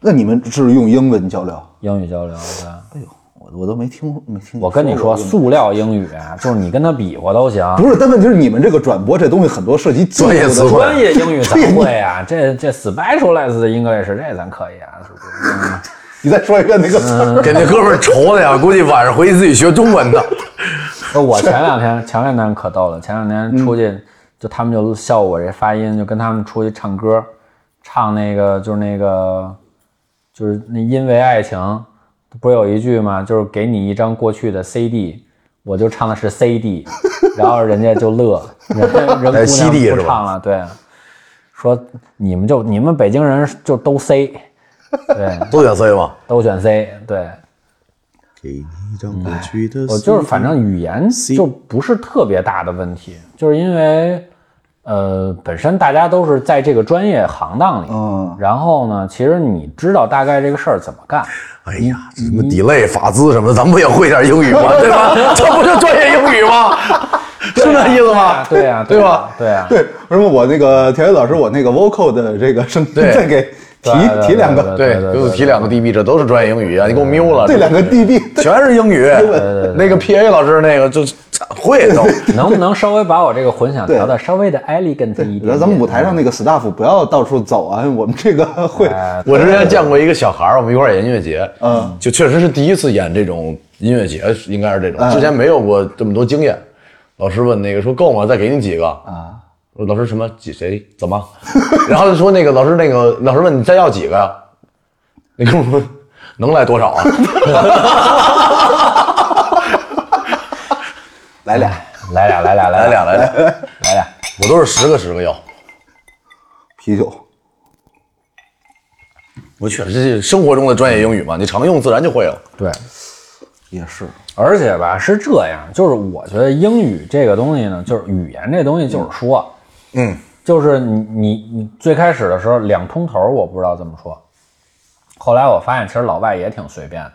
那你们是用英文交流？英语交流，对。哎呦，我我都没听没听。我跟你说，，塑料英语啊就是你跟他比划都行。不是，但问题是你们这个转播这东西很多涉及技术的专业词汇专业英语咱会啊，这这 specialized English 这咱可以啊，是不是？你再说一遍那个词嗯 儿。给那哥们儿愁的呀，估计晚上回去自己学中文的。 呃我前两天前两天可逗了，前两天出去、就他们就笑我这发音，就跟他们出去唱歌，唱那个就是那个就是那因为爱情，不是有一句吗？就是给你一张过去的 CD，我就唱的是 CD，然 后人家就乐，人家人姑哎，CD 娘是不吧唱了，对，说你们就你们北京人就都 C，对，都选 C 吗？都选 C，对。哎给你一张过去的我就是反正语言就不是特别大的问题，就是因为呃本身大家都是在这个专业行当里，嗯，然后呢，其实你知道大概这个事儿怎么干，哎呀，什么 delay 法资什么的，咱们不也会点英语吗？对吧？这不就专业英语吗？是那意思吗？对啊 呀、对吧对呀、对，为什么我那个田宇老师，我那个 vocal 的这个声对再给提对对提两对个，对，对给我提两个 DB，这都是专业英语啊！你给我瞄了，这两个 DB 全是英语。那个 PA 老师那个就会都，能不能稍微把我这个混响调的稍微的 elegant 一点点？咱咱们舞台上那个 staff 不要到处走啊，我们这个会，哎 我之前见过一个小孩儿，我们一块儿演音乐节，嗯，就确实是第一次演这种音乐节，应该是这种，之前没有过这么多经验。老师问那个说够吗？再给你几个啊？我说老师什么几谁怎么？ 然后就说那个老师那个老师问你再要几个呀？那哥们儿说能来多少啊？来俩，来俩，来俩，来来俩来俩，来俩。我都是十个十个要。啤酒，我确实是生活中的专业英语嘛，你常用自然就会了。对，也是，而且吧是这样，就是我觉得英语这个东西呢，就是语言这东西就是说，嗯，就是你你你最开始的时候两通头我不知道怎么说，后来我发现其实老外也挺随便的，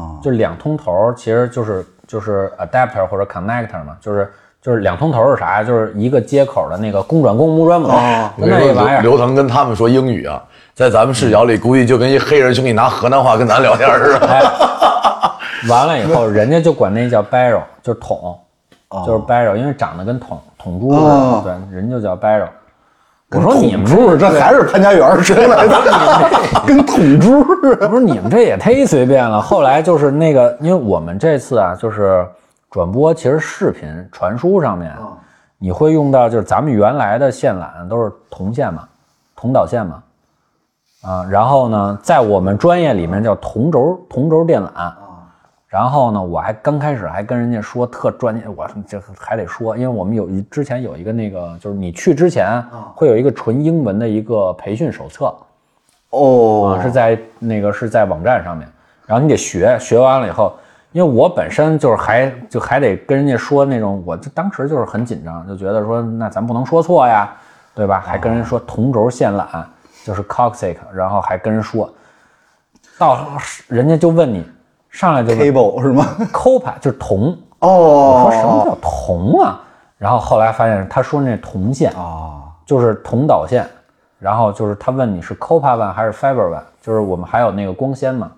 哦啊就两通头其实就是就是 adapter 或者 connector 嘛，就是就是两通头是啥呀？就是一个接口的那个公转公母转母，哦就那一玩意儿。刘刘腾跟他们说英语啊，在咱们视角里，估计就跟一黑人兄弟拿河南话跟咱聊天似的。哎，完了以后，人家就管那叫 barrel，就是桶，就是 barrel，因为长得跟桶桶珠似的哦，对，人就叫 barrel。我说你们猪，这还是潘家园出来 的，跟桶猪似 的。不是你们这也忒随便了。后来就是那个，因为我们这次啊，就是转播，其实视频传输上面，你会用到就是咱们原来的线缆都是铜线嘛，铜导线嘛，啊，然后呢，在我们专业里面叫铜轴铜轴电缆。然后呢，我还刚开始还跟人家说特专业，我这还得说，因为我们有一之前有一个那个，就是你去之前会有一个纯英文的一个培训手册，哦啊，是在那个是在网站上面，然后你得学，学完了以后，因为我本身就是还就还得跟人家说那种，我就当时就是很紧张，就觉得说那咱不能说错呀，对哦吧？还跟人说同轴线缆就是 coccyx，然后还跟人说，到人家就问你，上来就问 cable 是吗？ copa 就是铜，哦，我说什么叫铜啊？然后后来发现他说那铜线啊？就是铜导线，然后就是他问你是 Copa one 还是 Fiber one，就是我们还有那个光纤嘛。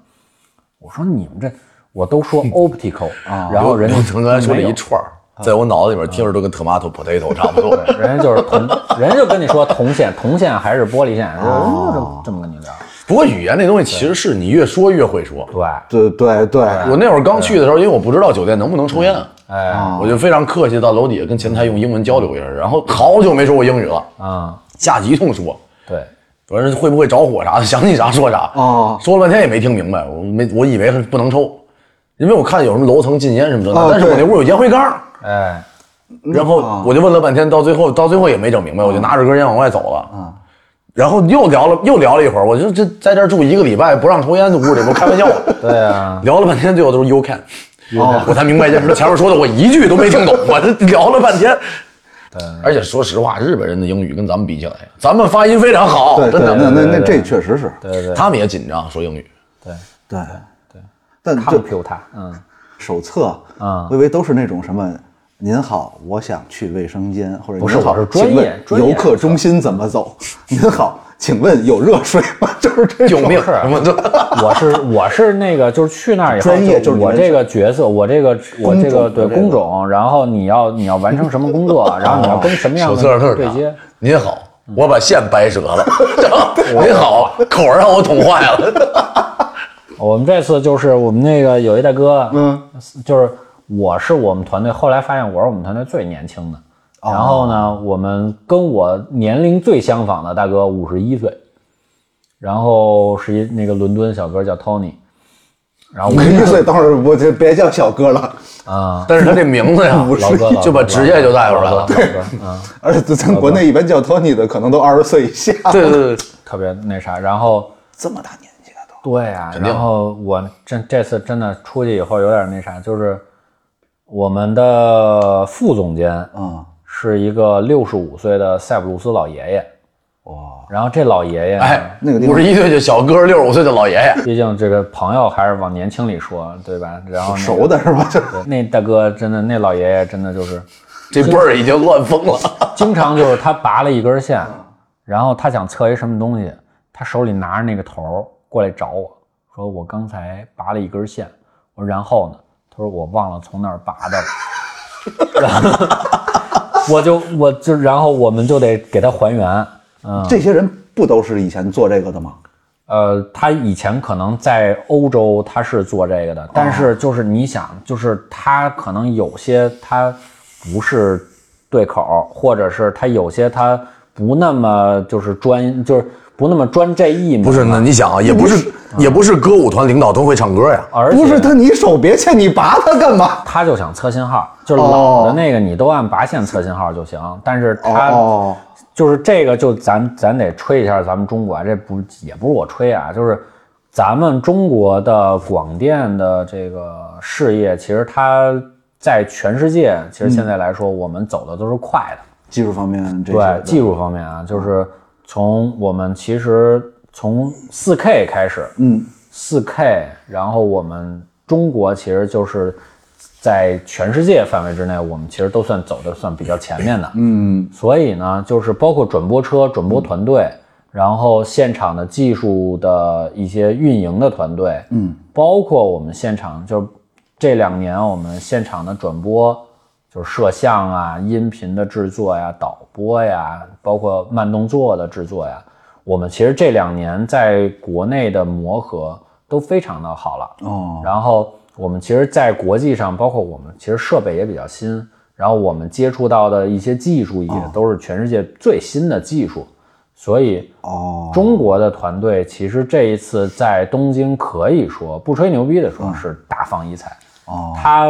我说你们这我都说 optical，然啊后人家嗯刘腾刚才说了没有啊一串儿，在我脑子里面听着都跟 tomato potato 差 不多。人家就是铜，人家就跟你说铜线，铜线还是玻璃线，人家就这么跟你聊。不过语言这东西其实是你越说越会说。对，对对对，我那会儿刚去的时候，因为我不知道酒店能不能抽烟，啊哎，我就非常客气地到楼底下跟前台用英文交流一下，然后好久没说过英语了，啊，下集痛说。对，我说会不会着火啥的，想起啥说啥。哦说了半天也没听明白，我没我以为是不能抽，因为我看有什么楼层禁烟什么的，哦但是我那对屋有烟灰缸，哎，然后我就问了半天，到最后到最后也没整明白，我就拿着根烟往外走了。嗯，然后又聊了又聊了一会儿，我就这在这儿住一个礼拜不让抽烟，这屋里不是开玩笑吗？对啊，聊了半天，最后都是 you can，我才明白一件事，前面说的我一句都没听懂，我这聊了半天。而且说实话，日本人的英语跟咱们比起来，咱们发音非常好，对真对，那的。那那这确实是，对对，他们也紧张说英语，对但他这 compute，嗯，手册啊我以为都是那种什么。您好，我想去卫生间，或者不是您好，我是专请业问专业游客中心怎么走？您好，请问有热水吗？ 就是这救命！是什么的。 我是我是那个，就是去那儿以后，专业就是你我们这个角色，我这个我这个工种对这个工种，然后你要你要完成什么工作，然后你要跟什么样手的册特对接长，。您好，我把线掰折了。您好，口儿让我捅坏了。我们这次就是我们那个有一大哥，嗯，就是我是我们团队，后来发现我是我们团队最年轻的。哦然后呢，我们跟我年龄最相仿的大哥五十一岁，然后是一那个伦敦小哥叫 Tony，然后五十一岁，等会儿我就别叫小哥了，我啊，但是他这名字 呀，老哥老就把哥职业就带出来老了哥。老哥嗯。而且咱国内一般叫 Tony 的，可能都二十岁以下， 对对对，特别那啥。然后这么大年纪了都。对啊，定然后我这这次真的出去以后有点那啥，就是我们的副总监嗯，是一个六十五岁的塞浦路斯老爷爷，哇，然后这老爷爷呢 哎，那个地五方十一岁的小哥，六十五岁的老爷 爷，毕竟这个朋友还是往年轻里说，对吧？然后那个熟的是吧？就是那大哥真的，那老爷爷真的就是。这辈儿已经乱疯了。经常就是他拔了一根线，然后他想测一什么东西，他手里拿着那个头儿过来找我说我刚才拔了一根线，我说然后呢？他说我忘了从那儿拔的了， 然后我就我就然后我们就得给他还原，嗯，这些人不都是以前做这个的吗？呃，他以前可能在欧洲他是做这个的，但哦是就是你想，就是他可能有些他不是对口儿，或者是他有些他不那么就是专，就是不那么专这一门。 不是，那你想 啊，也不是也不是歌舞团领导都会唱歌呀。而且不是他，你手别欠，你拔他干 嘛？他就想测信号，就是老的哦那个你都按拔线测信号就行，但是他哦，就是这个，就咱咱得吹一下咱们中国啊，这不也不是我吹啊，就是咱们中国的广电的这个事业，其实它在全世界，其嗯实现在来说，我们走的都是快的，技术方面这些对的技术方面啊，就是从我们其实从四 K 开始，嗯，四 K，然后我们中国其实就是在全世界范围之内，我们其实都算走的算比较前面的。嗯，所以呢，就是包括转播车、转播团队，然后现场的技术的一些运营的团队，嗯，包括我们现场就是这两年我们现场的转播。就是摄像啊、音频的制作呀、导播呀，包括慢动作的制作呀，我们其实这两年在国内的磨合都非常的好了。哦，然后我们其实，在国际上，包括我们其实设备也比较新，然后我们接触到的一些技术也都是全世界最新的技术，所以哦，中国的团队其实这一次在东京可以说不吹牛逼的说是大放异彩。嗯哦，他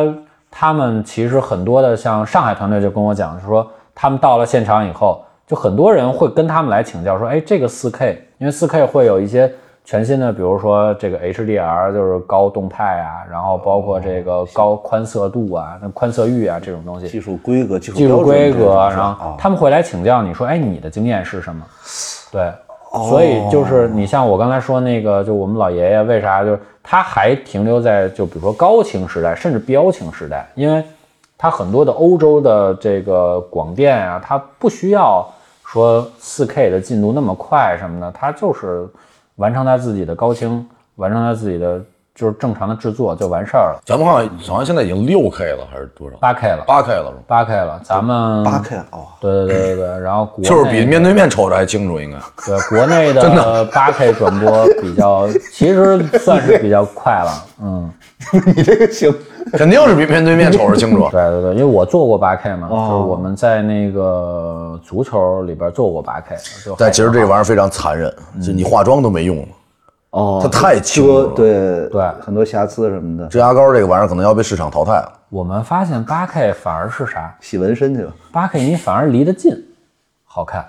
他们其实很多的像上海团队就跟我讲说，他们到了现场以后，就很多人会跟他们来请教说，哎，这个4 K，因为4 K 会有一些全新的，比如说这个 HDR 就是高动态啊，然后包括这个高宽色度啊、那宽色域啊这种东西，技术规格、技术技术标准规这种格，是然吧后哦他们会来请教你说，哎，你的经验是什么？对，哦所以就是你像我刚才说那个，就我们老爷爷为啥就是他还停留在就比如说高清时代，甚至标清时代，因为他很多的欧洲的这个广电啊，它不需要说4 K 的进度那么快什么的，它就是完成他自己的高清，完成他自己的就是正常的制作就完事儿了。咱们好像好像现在已经六 K 了，还是多少？八 K 了，八 K 了是吗？八 K 了，咱们八 K 哦，对对对对对，然后国内就是比面对面瞅着还清楚，应该。 对国内的八 K 转播比 较，其实算是比较快了。嗯，。你这个 行，肯定是比面对面瞅着清楚对对对，因为我做过八 K 嘛，哦就是我们在那个足球里边做过八 K，就 但其实这玩意儿非常残忍，就你化妆都没用了。哦它太清楚遮了对对很多瑕疵什么的，遮瑕膏这个玩意儿可能要被市场淘汰 了。我们发现八 K 反而是啥？洗纹身去吧。八 K 你反而离得近，好看。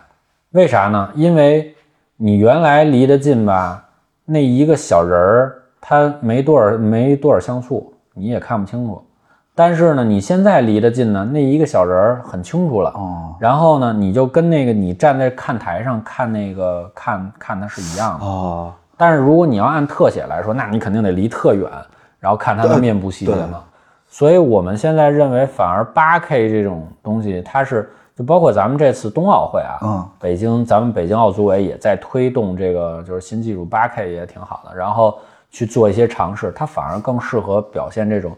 为啥呢？因为你原来离得近吧，那一个小人儿他没多少没多少像素，你也看不清楚。但是呢，你现在离得近呢，那一个小人儿很清楚了。哦然后呢，你就跟那个你站在看台上看那个看看它是一样的。哦，但是如果你要按特写来说，那你肯定得离特远，然后看它的面部细节嘛。所以我们现在认为，反而八 K 这种东西，它是就包括咱们这次冬奥会啊，嗯北京咱们北京奥组委也在推动这个，就是新技术八 K 也挺好的，然后去做一些尝试，它反而更适合表现这种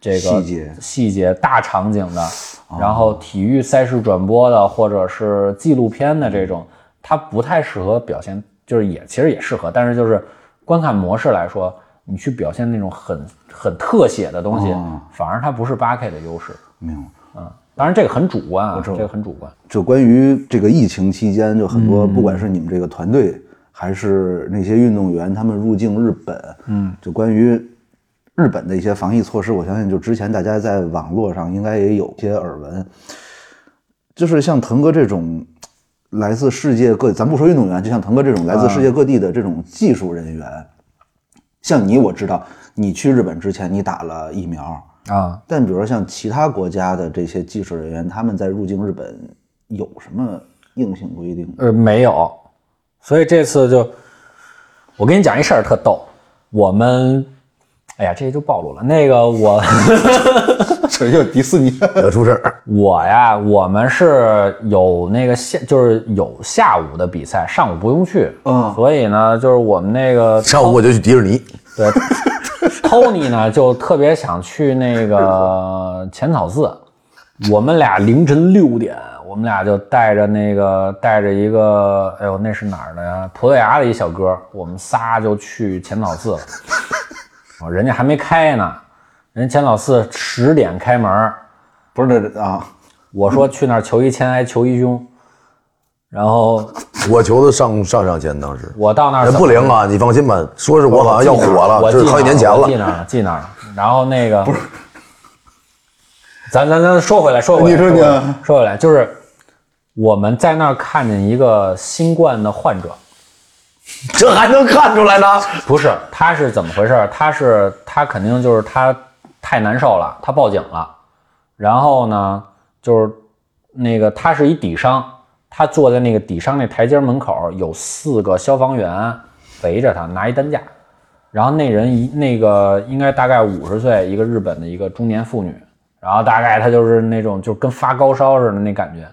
这个细节哦细节大场景的，然后体育赛事转播的或者是纪录片的这种，它不太适合表现，就是也其实也适合，但是就是观看模式来说，你去表现那种很很特写的东西，哦反而它不是八 K 的优势。明白。嗯，当然这个很主观啊，这个很主观。就关于这个疫情期间，就很多不管是你们这个团队，还是那些运动员，他们入境日本，嗯，就关于日本的一些防疫措施，我相信就之前大家在网络上应该也有些耳闻，就是像腾哥这种来自世界各，咱不说运动员，就像腾哥这种来自世界各地的这种技术人员，像你，我知道你去日本之前你打了疫苗，啊，但比如说像其他国家的这些技术人员，他们在入境日本有什么硬性规定？ 呃，没有，所以这次就，我跟你讲一事儿 特逗，我们，哎呀，这就暴露了。那个我，这又迪士尼，要出事儿。我呀，我们是有那个下，就是有下午的比赛，上午不用去。嗯所以呢，就是我们那个上午我就去迪士尼，对 ，Tony 呢就特别想去那个浅草寺。我们俩凌晨六点，我们俩就带着那个带着一个，哎呦，那是哪儿的呀？葡萄牙的一小哥，我们仨就去浅草寺了。哦，人家还没开呢，人家浅草寺十点开门儿， 不是那啊，我说去那儿求一千，还求一凶。然后我求的上上上签，当时我到那儿人怎么不灵啊，你放心吧。说是我好像要火了，我这记是哪儿好几年前我了记。哪儿了？记哪儿了？然后那个不是，咱咱咱说回来，说回来，你说你回啊来说回来，就是我们在那儿看见一个新冠的患者，这还能看出 来呢？不是，他是怎么回事儿？他是他肯定就是他太难受了，他报警了。然后呢，就是那个他是一底商，他坐在那个底商那台阶门口，有四个消防员围着他，拿一担架。然后那人一那个应该大概五十岁，一个日本的一个中年妇女。然后大概她就是那种就跟发高烧似的那感觉。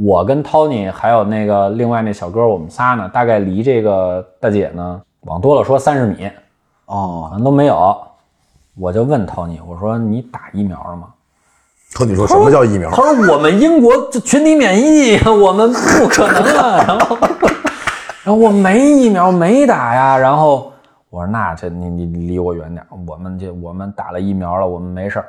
我跟 Tony 还有那个另外那小哥，我们仨呢，大概离这个大姐呢，往多了说三十米，哦，好像都没有。我就问 Tony，我说你打疫苗了吗？托你说什么叫疫苗他？说我们英国这群体免疫， 我们不可能啊。然后，然后我没疫苗没打呀。然后我说那这你你你离我远点儿，我们这我们打了疫苗了，我们没事儿。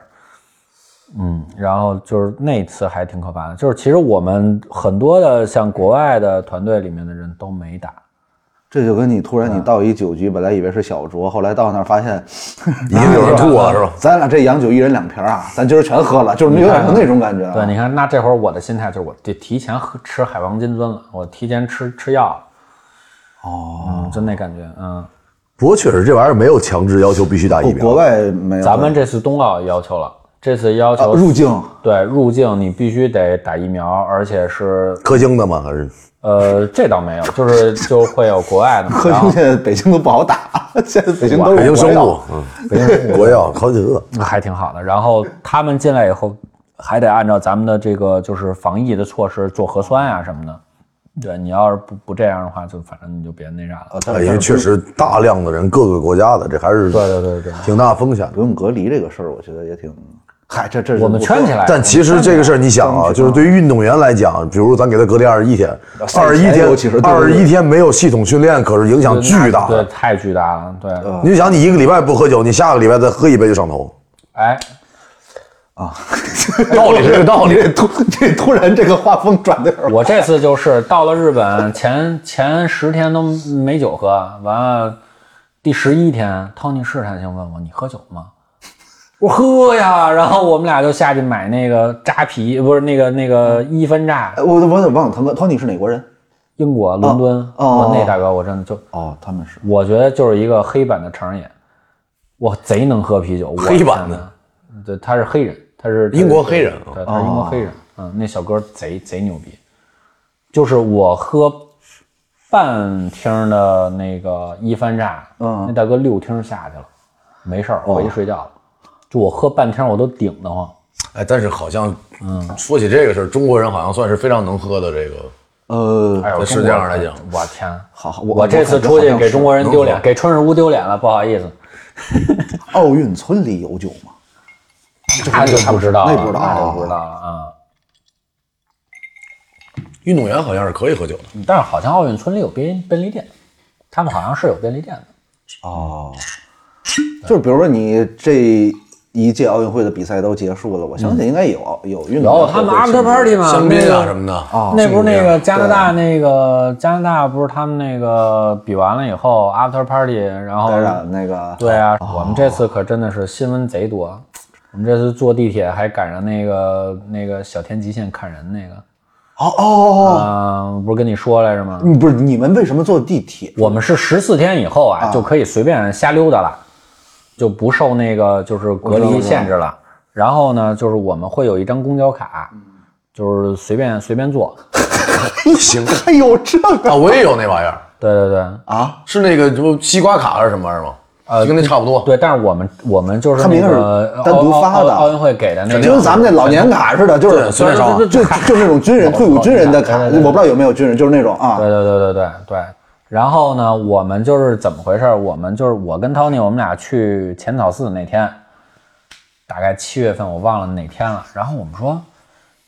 嗯，然后就是那次还挺可怕的，就是其实我们很多的像国外的团队里面的人都没打，这就跟你突然你到一酒局，本来以为是小酌，后来到那儿发现已 经有人吐了是吧？咱俩这洋酒一人两瓶啊，咱今儿全喝了，就是有点像那种感觉啊。对，你看，那这会儿我的心态就是我得提前喝吃海王金樽了，我提前吃吃药了，哦，嗯，就那感觉，嗯，不过确实这玩意儿没有强制要求必须打疫不苗。国外没有，咱嗯们这次冬奥要求了，这次要啊求、入境对入境你必须得打疫苗，而且是科兴的吗？还是呃，这倒没有，就是就会有国外的 嘛，科然兴后现在北京都不好打， 现在北京都是北京生国物药？嗯，北京国药好几个。还挺好的。然后他们进来以后，还得按照咱们的这个就是防疫的措施做核酸呀、什么的。对你要是不不这样的话，就反正你就别那啥了。哎，因为确实大量的人，各个国家的，这还是对对对对对，挺大风险的。不用隔离这个事儿，我觉得也挺，嗨，这这我们圈起来，但其实这个事儿，你想啊，就是对于运动员来讲，比如咱给他隔离二十一天，赛二十一前天尤其是，对二十一天没有系统训练，可是影响巨大。呃对，太巨大了，对，你想，你一个礼拜不喝酒，你下个礼拜再喝一杯就上头。哎，道理是这个道理。这突这突然这个画风转的有点儿，我这次就是到了日本前前十天都没酒喝，完了第十一天，Tony 试探性问我：“你喝酒吗？”我说喝呀，然后我们俩就下去买那个扎啤，不是那个那个一分榨，哎我我怎么忘了腾哥托尼是哪国人？英国伦敦。哦我那大哥，我真的就哦，他们是我觉得就是一个黑版的成人演，我贼能喝啤酒。我黑版的天哪，对，他是黑人，他是英国黑人对，他是英国黑人。嗯，那小哥贼贼牛逼，就是我喝半听的那个一番炸，嗯那大哥六听下去了，没事儿，回去睡觉了。就我喝半听我都顶得慌，哎，但是好像，嗯，说起这个事儿，中国人好像算是非常能喝的这个。呃，哎呦，在世界上来讲中国人，我天，好好我我这次感觉出好去像给是中国人丢脸能，喝给春日屋丢脸了，不好意思。奥运村里有酒吗？那就不知道了，那不知道那就不知道了啊。运动员好像是可以喝酒 的，但是好像奥运村里有便便利店，他们好像是有便利店的。哦，就是比如说你这一届奥运会的比赛都结束了，我相信应该有嗯有运动员有哦会他们会 after 庆祝 party 嘛， 香槟那啊个什么的。哦那不是那个加拿大那个加拿大不是他们那个比完了以后 after party，然后当然那个对啊，我们这次可真的是新闻贼多。啊我们这次坐地铁还赶上那个那个小天极限砍人那个，哦哦哦，哦啊，不是跟你说来着吗？你不是你们为什么坐地 铁？我们是十四天以后啊，就可以随便瞎溜达了，就不受那个就是隔离限制了。然后呢，就是我们会有一张公交卡，嗯就是随便随便坐。行还哎有这个啊，我也有那玩意儿，对对对，啊？是那个什么西瓜卡还是什么玩意儿吗？就跟那差不多。对，但是我们我们就是他们那应该是个单独奥发的奥奥运会给的那个，就跟咱们那老年卡似的，就对是随便烧就就就那种军人退伍军人的卡，我不知道有没有军人，就是那种啊，对对对对对对。然后呢，我们就是怎么回事儿？我们就是我跟 Tony，我们俩去浅草寺那天，大概七月份，我忘了哪天了。然后我们说，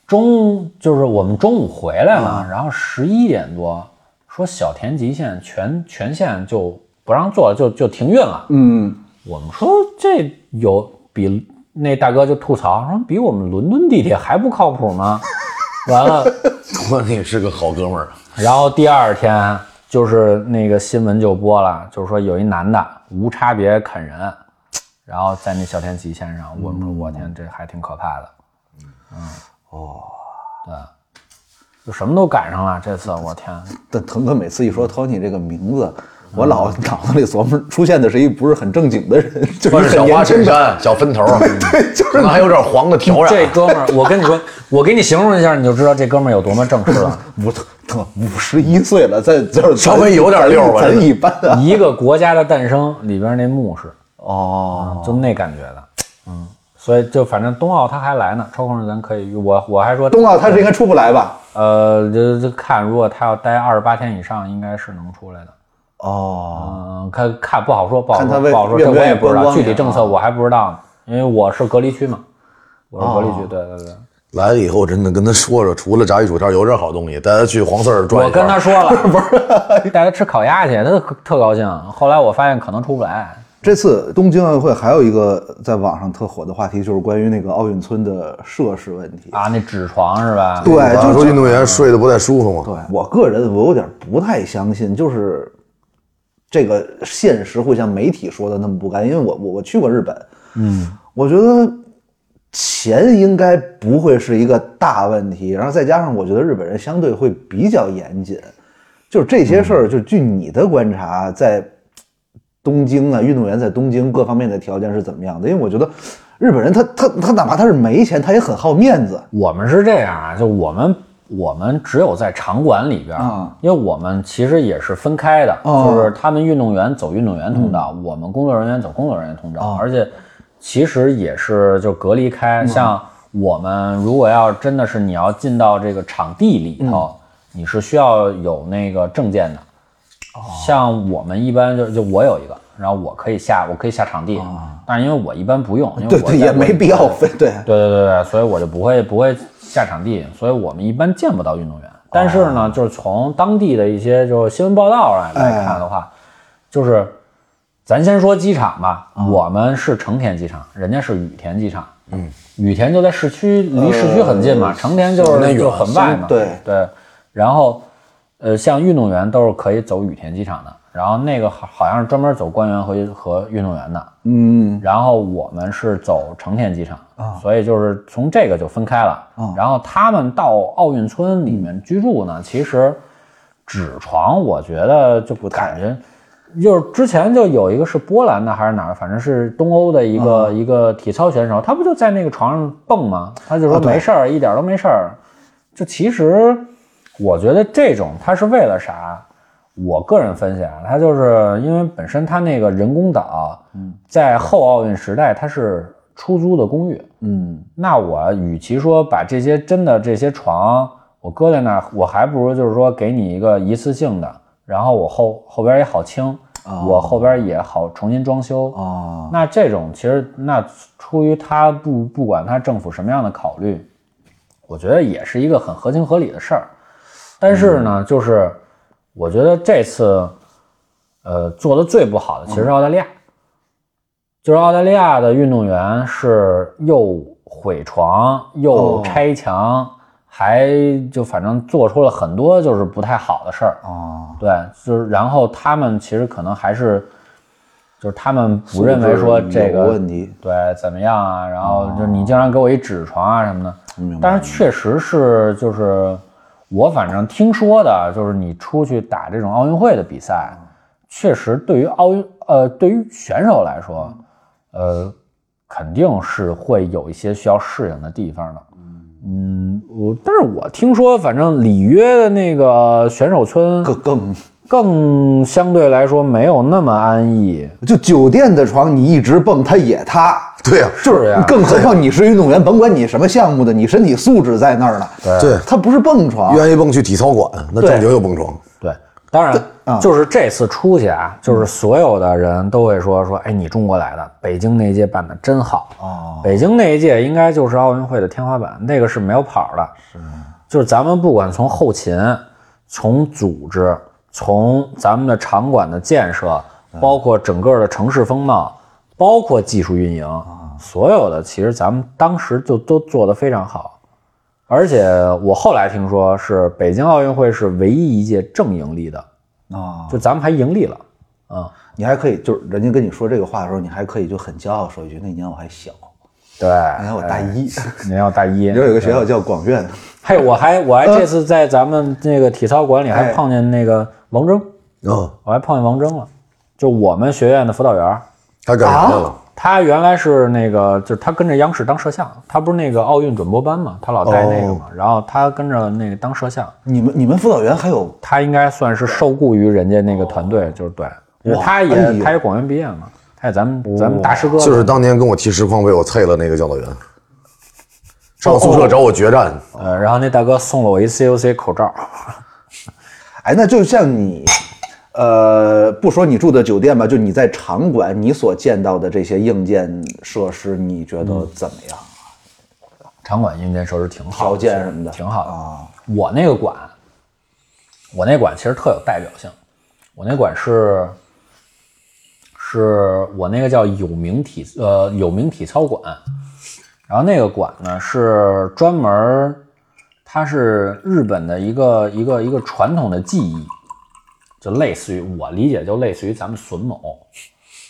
中就是我们中午回来了，然后十一点多，说小田急线全全线就不让坐了，就就停运了。嗯，我们说这有比那大哥就吐槽说比我们伦敦地铁还不靠谱吗？ 完了。 我你是个好哥们儿，然后第二天就是那个新闻就播了，就是说有一男的无差别啃人，然后在那小天极线上，我们说我天，这还挺可怕的。嗯，哦，对，就什么都赶上了，这次我天，但腾哥每次一嗯说 Tony 这个名字，我老脑子里琢磨出现的是一不是很正经的人，就穿是着很小花年轻的，衬衫、小分头 儿，啊对，就可是能还有点黄的调这染。啊哥们儿，我跟你说，我给你形容一下，你就知道这哥们儿有多么正式了。五腾五十一岁了，再就是稍微有点溜儿吧咱一般啊。一个国家的诞生里边那牧师，哦，就那感觉的，嗯，所以就反正冬奥他还来呢，抽空咱可以，我我还说冬奥他是应该出不来吧？呃，这这看，如果他要待二十八天以上，应该是能出来的。哦，嗯，看看不好说，不好看他说，为不好说，愿这不我愿意也不知观道，光具也体政策我还不知道呢，因为我是隔离区嘛，我是隔离哦区，对对对。来了以后，真的跟他说说，除了炸鱼薯条有点好东西，带他去黄四儿转我一跟圈儿。他说 了，不是带他吃烤鸭去，他特特高兴。后来我发现可能出不来，这次东京奥运会还有一个在网上特火的话题，就是关于那个奥运村的设施问题。啊，那纸床是吧？对，他就啊说是运动员睡得不太舒服嘛，对我个人我有点不太相信，就是这个现实会像媒体说的那么不甘，因为我我我去过日本，嗯，我觉得钱应该不会是一个大问题，然后再加上我觉得日本人相对会比较严谨，就是这些事儿，就据你的观察，在东京啊，运动员在东京各方面的条件是怎么样的？因为我觉得日本人他他他哪怕他是没钱，他也很好面子。我们是这样啊，就我们我们只有在场馆里边儿，啊因为我们其实也是分开的，哦嗯就是他们运动员走运动员通道，我们工作人员走工作人员通道，哦嗯而且其实也是就隔离开。像我们如果要真的是你要进到这个场地嗯里头，你是需要有那个证件的。哦像我们一般就就我有一个，然后我可以下我可以下场地，但是因为我一般不用，因为哦对我对，在也没必要非对，对对对对，所以我就不会不会下场地，所以我们一般见不到运动员。但是呢，就是从当地的一些就是新闻报道来来看的话，就是咱先说机场吧，我们是成田机场，人家是羽田机场，嗯，羽田就在市区，离市区很近嘛，成田就有点是远就很外嘛，对对。然后，呃，像运动员都是可以走羽田机场的，然后那个好好像是专门走官员和和运动员的，嗯，然后我们是走成田机场，啊所以就是从这个就分开了。然后他们到奥运村里面居住呢，其实纸床我觉得就不感觉，就是之前就有一个是波兰的还是哪儿，反正是东欧的一啊个、一个体操选手，他不就在那个床上蹦吗？他就说啊对没事儿，一点都没事儿。就其实我觉得这种他是为了啥？我个人分析啊，它就是因为本身它那个人工岛，在后奥运时代它是出租的公寓，嗯，那我与其说把这些真的这些床我搁在那儿，我还不如就是说给你一个一次性的，然后我后后边也好清，啊我后边也好重新装修。哦，那这种其实那出于他不不管他政府什么样的考虑，我觉得也是一个很合情合理的事儿。但是呢，就是我觉得这次，呃，做的最不好的其实是澳大利亚，就是澳大利亚的运动员是又毁床又哦拆墙，还就反正做出了很多就是不太好的事儿。哦，对，就是然后他们其实可能还是，就是他们不认为说这有个问题，哦对怎么样啊，然后就是你经常给我一纸床啊什么的，明白但是确实是就是我反正听说的，就是你出去打这种奥运会的比赛，确实对于奥运呃对于选手来说，呃肯定是会有一些需要适应的地方的。嗯嗯，我但是我听说，反正里约的那个选手村更更更相对来说没有那么安逸。就酒店的床，你一直蹦，它也塌。对呀就是是呀更何况你是运动员，甭管你什么项目的，你身体素质在那儿呢。对它不是蹦床，愿意蹦去体操馆，那对正经有蹦床。对，当然就是这次出去啊，就是所有的人都会说说，哎，你中国来的，北京那一届办的真好。哦，北京那一届应该就是奥运会的天花板，那个是没有跑的。是，就是咱们不管从后勤、从组织、从咱们的场馆的建设，嗯包括整个的城市风貌，包括技术运营，啊所有的其实咱们当时就都做得非常好。而且我后来听说是北京奥运会是唯一一届正盈利的，啊，就咱们还盈利了。你还可以，就是人家跟你说这个话的时候，你还可以就很骄傲说一句：“那年我还小，对，哎那哎年我大一。你要大一， 你知道有个学校叫广院，嘿，我还我还这次在咱们那个体操馆里还呃哎碰见那个王铮，啊嗯，我还碰见王铮了，就我们学院的辅导员儿，他干啥去了？他原来是那个就是他跟着央视当摄像，他不是那个奥运转播班嘛，他老带那个哦嘛，然后他跟着那个当摄像， 你们你们辅导员还有他应该算是受雇于人家那个团队，就是对，因为哇他哎也呦他也广院毕业嘛，他也咱们咱们大师哥嘛，就是当年跟我踢实况被我啐了那个教导员，上宿舍找我决战。呃，然后那大哥送了我一 COC 口罩，哎，那就像你，呃，不说你住的酒店吧，就你在场馆你所见到的这些硬件设施，你觉得怎么样？场馆硬件设施挺好条的，件什么的挺好的。啊，我那个馆，我那馆其实特有代表性。我那馆是，是我那个叫有名体呃有名体操馆，然后那个馆呢是专门儿，它是日本的一个一个一个传统的技艺，就类似于我理解就类似于咱们榫卯，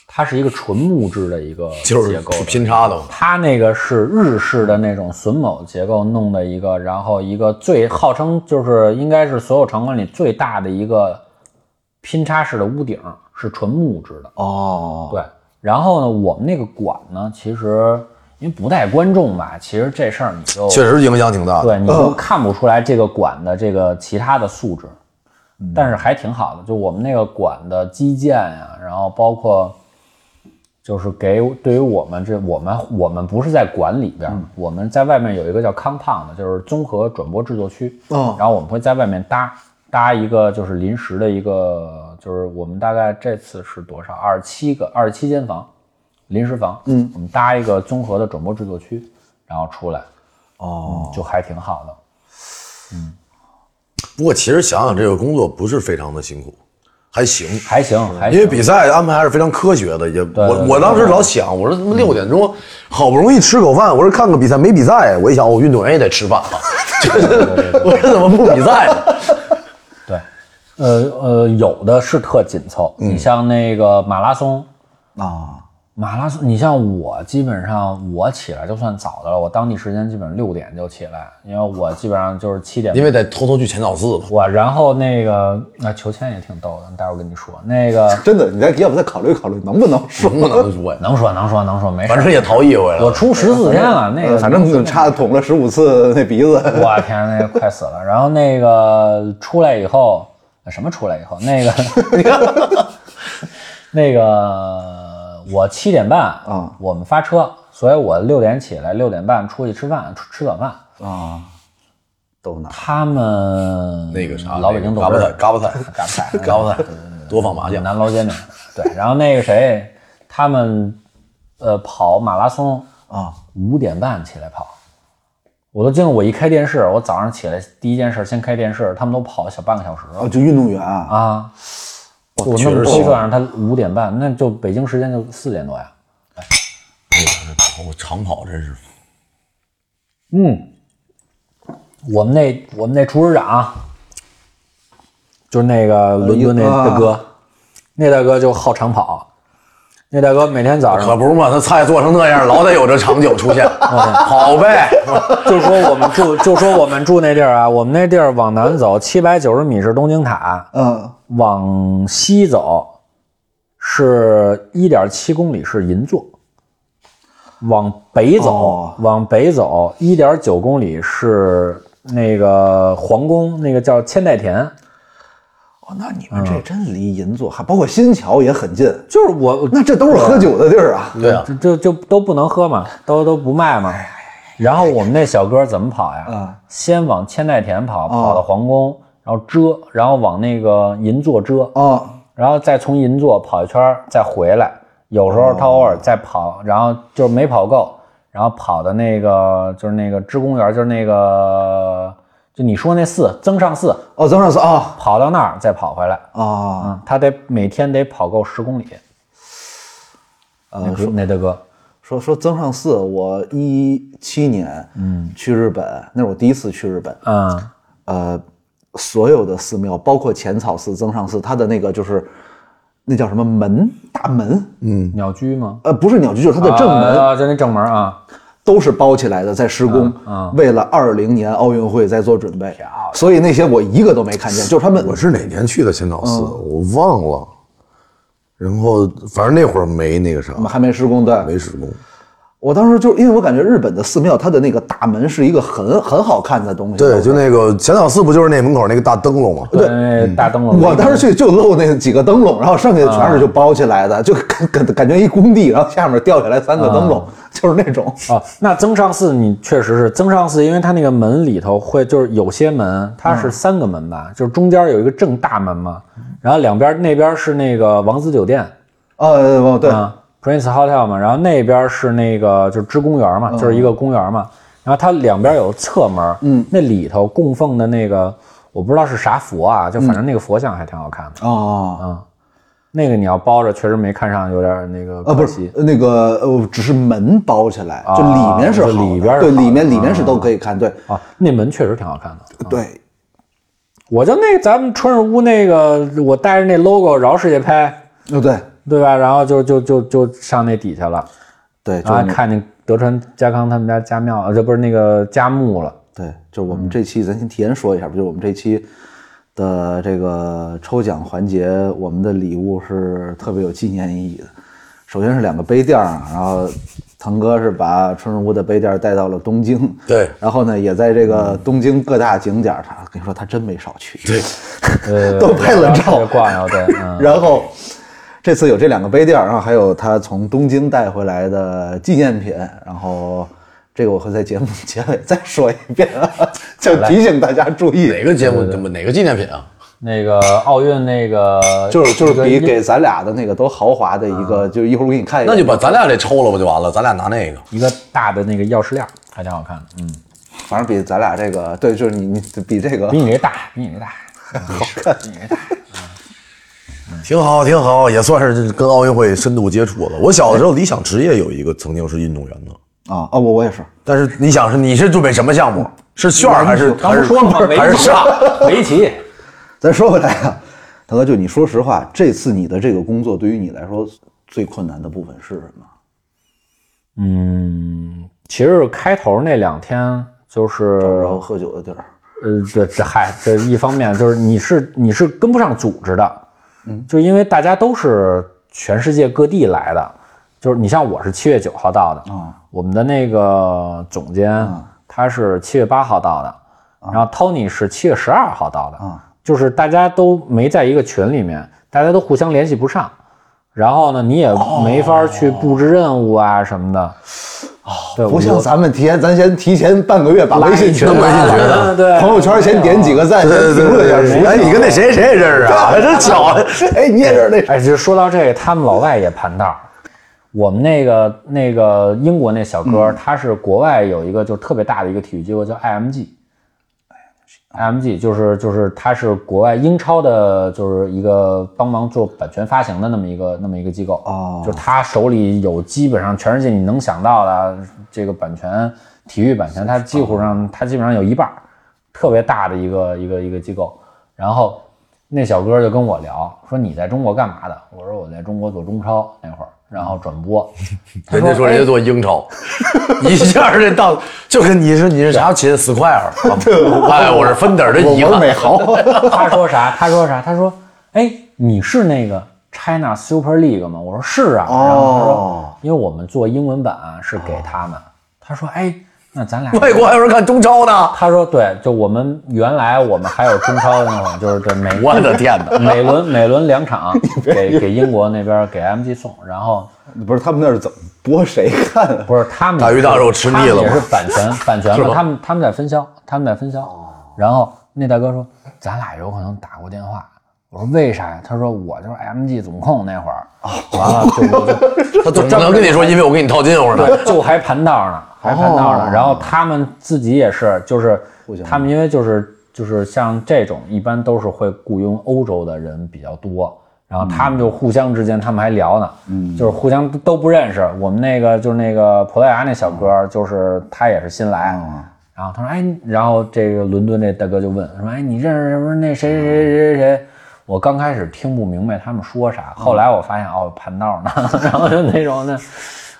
它是一个纯木质的一个就是结构的拼插的嘛。它那个是日式的那种榫卯结构弄的一个，然后一个最号称就是应该是所有场馆里最大的一个拼插式的屋顶，是纯木质的。哦，对，然后呢，我们那个馆呢，其实因为不带观众吧，其实这事儿你就确实影响挺啊大的。嗯对，你就看不出来这个馆的这个其他的素质，嗯但是还挺好的。就我们那个馆的基建呀、然后包括就是给对于我们这我们我们不是在馆里边儿，嗯我们在外面有一个叫康胖的，就是综合转播制作区。哦然后我们会在外面搭搭一个就是临时的一个，就是我们大概这次是多少？二十七个二十七间房，临时房。嗯，我们搭一个综合的转播制作区，然后出来。哦，就还挺好的。不过其实想想，这个工作不是非常的辛苦，还行。还行，还因行为比赛安排还是非常科学的，也我我当时老想，我说他妈六点钟，好不容易吃口饭，我说看个比赛没比赛，我一想我哦运动员也得吃饭 啊，我说怎么不比赛呢？对，呃呃，有的是特紧凑，你像那个马拉松，啊，马拉松，你像我基本上我起来就算早的了，我当地时间基本上六点就起来，因为我基本上就是七点因为得偷偷去前早自嘛。我然后那个那裘千也挺逗的，待会儿跟你说那个真的，你再要不再考虑考虑能不 能说？不能说呀，能说能说能说没事反儿，正也逃逸回来我了。出十四天了，哎那个呃嗯反正差捅了十五次那 鼻子，我天，那个快死了。然后那个出来以后，什么出来以后？那个， 那个，我七点半啊我们发车，所以我六点起来，六点半出去吃饭，吃吃早饭。啊，都拿他们那个啥，老北京豆嘎汁巴儿菜，嘎巴菜，嘎巴 菜，啊嘎巴菜， 多放麻简酱。单捞煎饼。对，然后那个谁，他们呃跑马拉松啊，五点半起来跑，我都惊了。我一开电视，我早上起来第一件事先开电视，他们都跑小半个小时了哦，就运动员啊，啊！就我那么推算上，他五点半，那就北京时间就四点多呀。我长跑真是，嗯，我们那我们那厨师长，啊就是那个伦敦那啊大哥，那大哥就好长跑，那大哥每天早上可不是嘛？他菜做成那样，老得有这长久出 现。跑呗， 就说我们住，就说我们住那地儿啊，我们那地儿往南走七百九十米是东京塔，嗯，往西走是一点七公里是银座，往北走，哦往北走一点九公里是那个皇宫，那个叫千代田。哦，那你们这真离银座，还包括新桥也很近，就是我那这都是喝酒的地儿啊。 对啊，就就都不能喝嘛，都都不卖嘛。然后我们那小哥怎么跑呀？啊先往千代田跑，跑到皇宫，然后遮，然后往那个银座遮，哦，然后再从银座跑一圈儿再回来。有时候哦他偶尔再跑，然后就是没跑够，然后跑的那个就是那个知公园，就是那个就你说那寺增上寺，哦，增上寺啊跑到那儿再跑回来。啊，嗯，他得每天得跑够十公里。啊那个那大哥，说说增上寺，我一七年嗯去日本，那是我第一次去日本，嗯，呃，所有的寺庙，包括浅草寺、增上寺，它的那个就是那叫什么门大门，鸟居吗？呃，不是鸟居，就是它的正门，嗯啊，就那正门啊，都是包起来的，在施嗯工，为了二零年奥运会在做准备，所以那些我一个都没看见，就是他们我是哪年去的千岛嗯寺，我忘了。然后反正那会儿没那个啥，还没施工，对，没施工。我当时就是因为我感觉日本的寺庙，它的那个大门是一个嗯很很好看的东西，对，就那个浅草寺不就是那门口那个大灯笼吗？对嗯对，大灯笼。我当时去就露那几个灯笼，然后剩下的全是就包起嗯来的，就感感感觉一工地，然后下面掉下来三个灯笼，就是那种。啊，那增上寺你确实是增上寺，因为它那个门里头会就是有些门它嗯是三个门吧，就是中间有一个正大门嘛，然后两边那边是那个王子酒店呃，哦对，啊，Prince Hotel 嘛，然后那边是那个就是芝公园嘛，嗯就是一个公园嘛，然后它两边有侧门，嗯，那里头供奉的那个我不知道是啥佛啊，就反嗯正那个佛像还挺好看的，嗯哦，那个你要包着确实没看上，有点那个啊，可不是惜。那个，呃只是门包起来，就里面是好啊的就里边是对，好的嗯里面里面是都可以看，对啊，那门确实挺好看的。对，我就那咱们春日屋那个，我带着那 logo 绕世界拍，哦对对吧？然后就就就就上那底下了，对，就然是后你啊看见德川家康他们家家庙，呃，这不是那个家墓了。对，就是我们这期，咱先提前说一下吧，就是我们这期的这个抽奖环节，我们的礼物是特别有纪念意义的。首先是两个杯垫儿，啊然后腾哥是把春日屋的杯垫儿带到了东京，对然后呢，也在这个东京各大景点儿，他跟你说他真没少去，对，呃， 都拍了照也挂了，对，嗯，然后这次有这两个杯垫儿，然啊后还有他从东京带回来的纪念品，然后这个我会在节目结尾再说一遍，啊就提醒大家注意。 哪个节目哪个纪念品啊？那个奥运那个 就是就是比给咱俩的那个都豪华的一个，就一会儿我给你看一那个，就把咱俩这抽了不就完了？咱俩拿那个。一个大的那个钥匙链儿，还挺好看的，嗯，反正比咱俩这个对，就是你你比这个比你这大，比你这大，挺好，挺好，也算是跟奥运会深度接触了。我小的时候理想职业有一个曾经是运动员的，啊啊，我我也是，但是你想是你是准备什么项目？是旋儿还是刚还不是说嘛，围还是棋上？，围 棋，咱说回来啊，大哥，就你说实话，这次你的这个工作对于你来说最困难的部分是什么？嗯，其实开头那两天就是然后喝酒的地儿，呃，这这嗨，这一方面就是你是你是跟不上组织的，嗯，就因为大家都是全世界各地来的，就是你像我是七月九号到的，啊我们的那个总监、他是七月八号到的，然后 Tony 是七月十二号到的，啊就是大家都没在一个群里面，大家都互相联系不上，然后呢，你也没法去布置任务啊什么的，对，哦不我像咱们提前，咱先提前半个月把微信群、拉一群啊对朋友圈先点几个赞，对对先评论一下对谁对，哎，你跟那谁谁也认识啊？还真巧， 哎，你也认识那谁？哎，就说到这个，他们老外也盘道儿。我们那个那个英国那小哥儿，他是国外有一个就特别大的一个体育机构叫 IMG。IMG 就是就是它是国外英超的，就是一个帮忙做版权发行的那么一个那么一个机构哦就他手里有基本上全世界你能想到的这个版权，体育版权，他几乎上他基本上有一半儿，特别大的一个一个一个机构。然后那小哥就跟我聊说你在中国干嘛的？我说我在中国做中超那会儿，然后转播。 人家说人家做 英超，一下这到就跟你是你是啥琴四块二，啊哎，我是芬德的我一我是美 个，豪，他说啥？他说啥？他说，哎，你是那个 China Super League 吗？我说是啊。然后他哦啊说，因为我们做英文版是给他们。他说，哎，那咱俩哦外国还有人看中超呢。他说对，就我们原来我们还有中超的那会儿，就是这每 我的天哪！每轮每轮两场给给英国那边给 MG 送，然后不是他们那是怎么播谁看啊？不是他们大鱼大肉吃腻了他们吗也是版权版权嘛，他们他们在分销，他们在分销。然后那大哥说，咱俩有可能打过电话。我说为啥呀？他说我就是 MG 总控那会儿，哦完了就我就他总不能跟你说，因为我给你套近乎呢。对，就还盘道呢，还盘道呢。然后他们自己也是，就是他们因为就是就是像这种，一般都是会雇佣欧洲的人比较多。然后他们就互相之间，他们还聊呢，嗯，就是互相都不认识。我们那个就是那个葡萄牙那小哥，就是他也是新来，然后他说，哎，然后这个伦敦这大哥就问说，哎，你认识什么那谁谁谁谁谁谁？我刚开始听不明白他们说啥，后来我发现哦，盘道呢， 然后就那种的，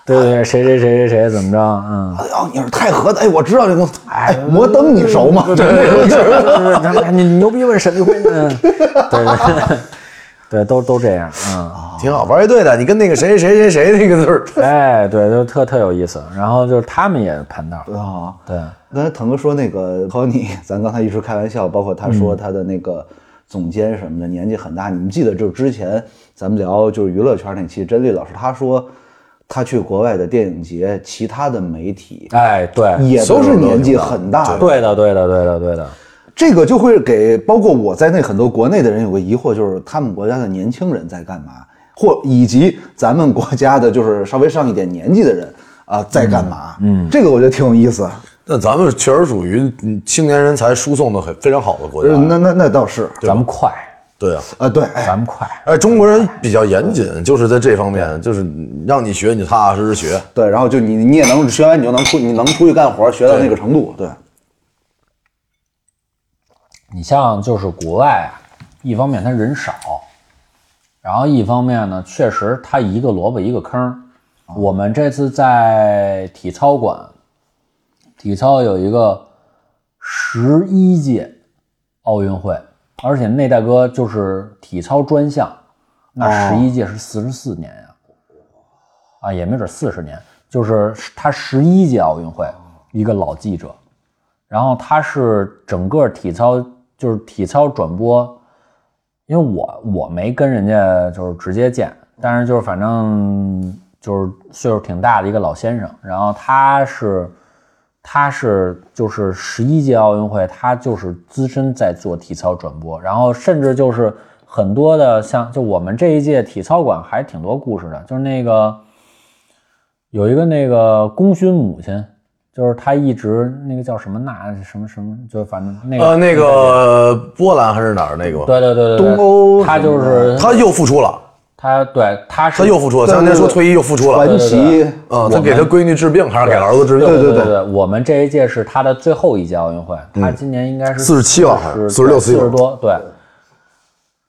对对，对谁谁谁谁谁怎么着，嗯， 哎呦，你是太和的，哎，我知道这个，哎，摩登你熟吗？就是他们你牛逼问沈立辉，嗯，对对对，都都这样，嗯。挺好，玩乐队的，你跟那个谁谁谁谁那个字儿，哎，对，就特特有意思。然后就是他们也盘道， 啊，对，刚才腾哥说那个 Tony，咱刚才一直开玩笑，包括他说他的那个总监什么的、年纪很大，你们记得就是之前咱们聊就是娱乐圈那期，真丽老师他说他去国外的电影节，其他的媒体哎，对，也都是年纪很大的，对的，对的，对的，对的，这个就会给包括我在内很多国内的人有个疑惑，就是他们国家的年轻人在干嘛，或以及咱们国家的就是稍微上一点年纪的人啊、在干嘛嗯？这个我觉得挺有意思。那咱们确实属于嗯青年人才输送的很非常好的国家呃。那那那倒是，咱们快，对啊，啊，对，哎，咱们快，哎，中国人比较严谨，就是在这方面，就是让你学，你就踏踏实实学。对，然后就你你也能学完，你就能出，你能出去干活，学到那个程度，对，你像就是国外啊，一方面他人少，然后一方面呢，确实他一个萝卜一个坑儿。我们这次在体操馆，体操有一个十一届奥运会，而且那大哥就是体操专项，那十一届是四十四年呀、啊，也没准四十年，就是他十一届奥运会一个老记者，然后他是整个体操就是体操转播，因为我我没跟人家就是直接见，但是就是反正就是岁数挺大的一个老先生，然后他是他是就是十一届奥运会，他就是资深在做体操转播，然后甚至就是很多的像就我们这一届体操馆还挺多故事的，就是那个有一个那个功勋母亲。就是他一直那个叫什么那什么什么，就反正那个呃，那个波兰还是哪儿那个吧，对对对对，对东欧他就是他又复出了，他，对，他是他又复出了，前两天说退役又复出了。传奇啊，他给他闺女治病还是给儿子治病？对对对，我们这一届是他的最后一届奥运会，嗯他今年应该是47了好像46四十多，对。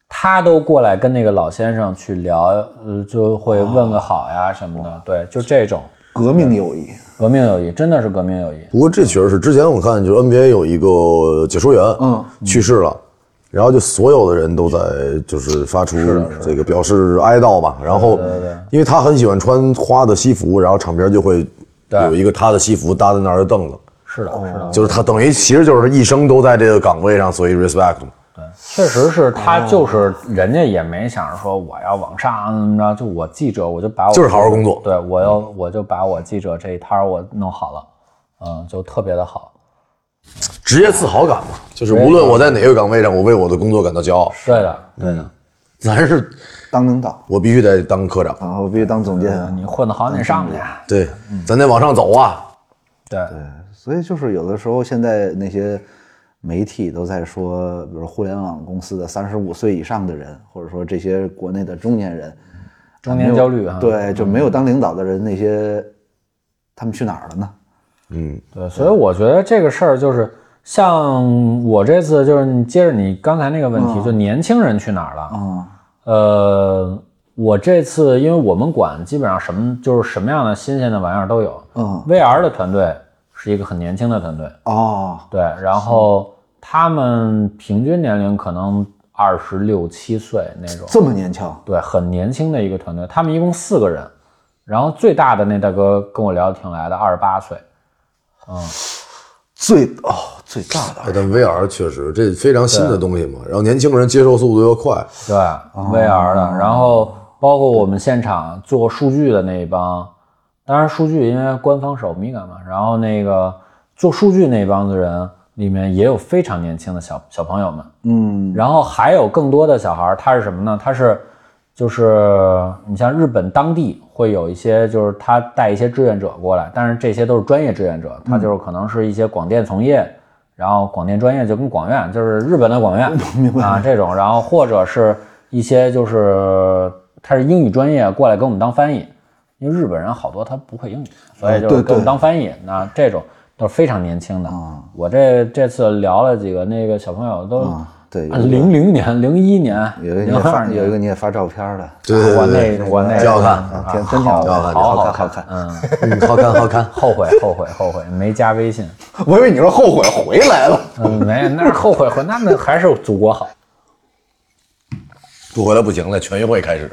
他都过来跟那个老先生去聊，呃，就会啊问个好呀什么的，对，就这种革命友谊，革命友谊，真的是革命友谊。不过这确实是，之前我看就是 NBA 有一个解说员，嗯，去世了，然后就所有的人都在就是发出这个表示哀悼吧，然后因为他很喜欢穿花的西服，然后场边就会对有一个他的西服搭在那儿的凳子，是的，是的，就是他等于其实就是一生都在这个岗位上，所以 respect 嘛。确实是他哦就是人家也没想着说我要往上啊怎么着，就我记者我就把我就是好好工作嗯对我要我就把我记者这一摊儿我弄好了，嗯，就特别的好。职业自豪感嘛，就是无论我在哪个岗位上，我为我的工作感到骄傲。对的，对的，咱是当领导我必须得当科长，啊，我必须当总监啊。你混得好你上去啊。对，咱得往上走啊。对，所以就是有的时候，现在那些媒体都在说，比如互联网公司的三十五岁以上的人，或者说这些国内的中年人，中年焦虑啊。对，就没有当领导的人，那些他们去哪儿了呢？嗯，对，所以我觉得这个事儿就是像我这次就是你接着你刚才那个问题，就年轻人去哪儿了？啊，呃，我这次因为我们馆基本上什么就是什么样的新鲜的玩意儿都有。嗯 VR 的团队是一个很年轻的团队，哦，对，然后他们平均年龄可能二十六七岁那种，这么年轻，对，很年轻的一个团队。他们一共四个人，然后最大的那大哥跟我聊得挺来的，二十八岁，最哦最大的哎但 VR 确实这非常新的东西嘛，然后年轻人接受速度又快，对、VR 的，然后包括我们现场做数据的那一帮，当然数据因为官方是欧米伽嘛，然后那个做数据那帮子人里面也有非常年轻的小小朋友们，嗯，然后还有更多的小孩儿，他是什么呢？他是就是你像日本当地会有一些，就是他带一些志愿者过来，但是这些都是专业志愿者，嗯他就是可能是一些广电从业。然后广电专业就跟广院，就是日本的广 院啊这种，然后或者是一些就是他是英语专业过来给我们当翻译，因为日本人好多他不会英语，所以就是哦对啊给我们对当翻译。那这种都是非常年轻的。我这这次聊了几个那个小朋友都啊对有一个零零年、零一年、有一个你也零发二有一年，个你也呃发照片的，对对我对那对，我那挺好看啊挺真挺好看好的好好看好看嗯， 嗯，好看好看。后悔后悔后悔，没加微信。我以为你说后悔回来了。嗯，没，那是后悔回，那那还是祖国好。不回来不行了，全运会开始。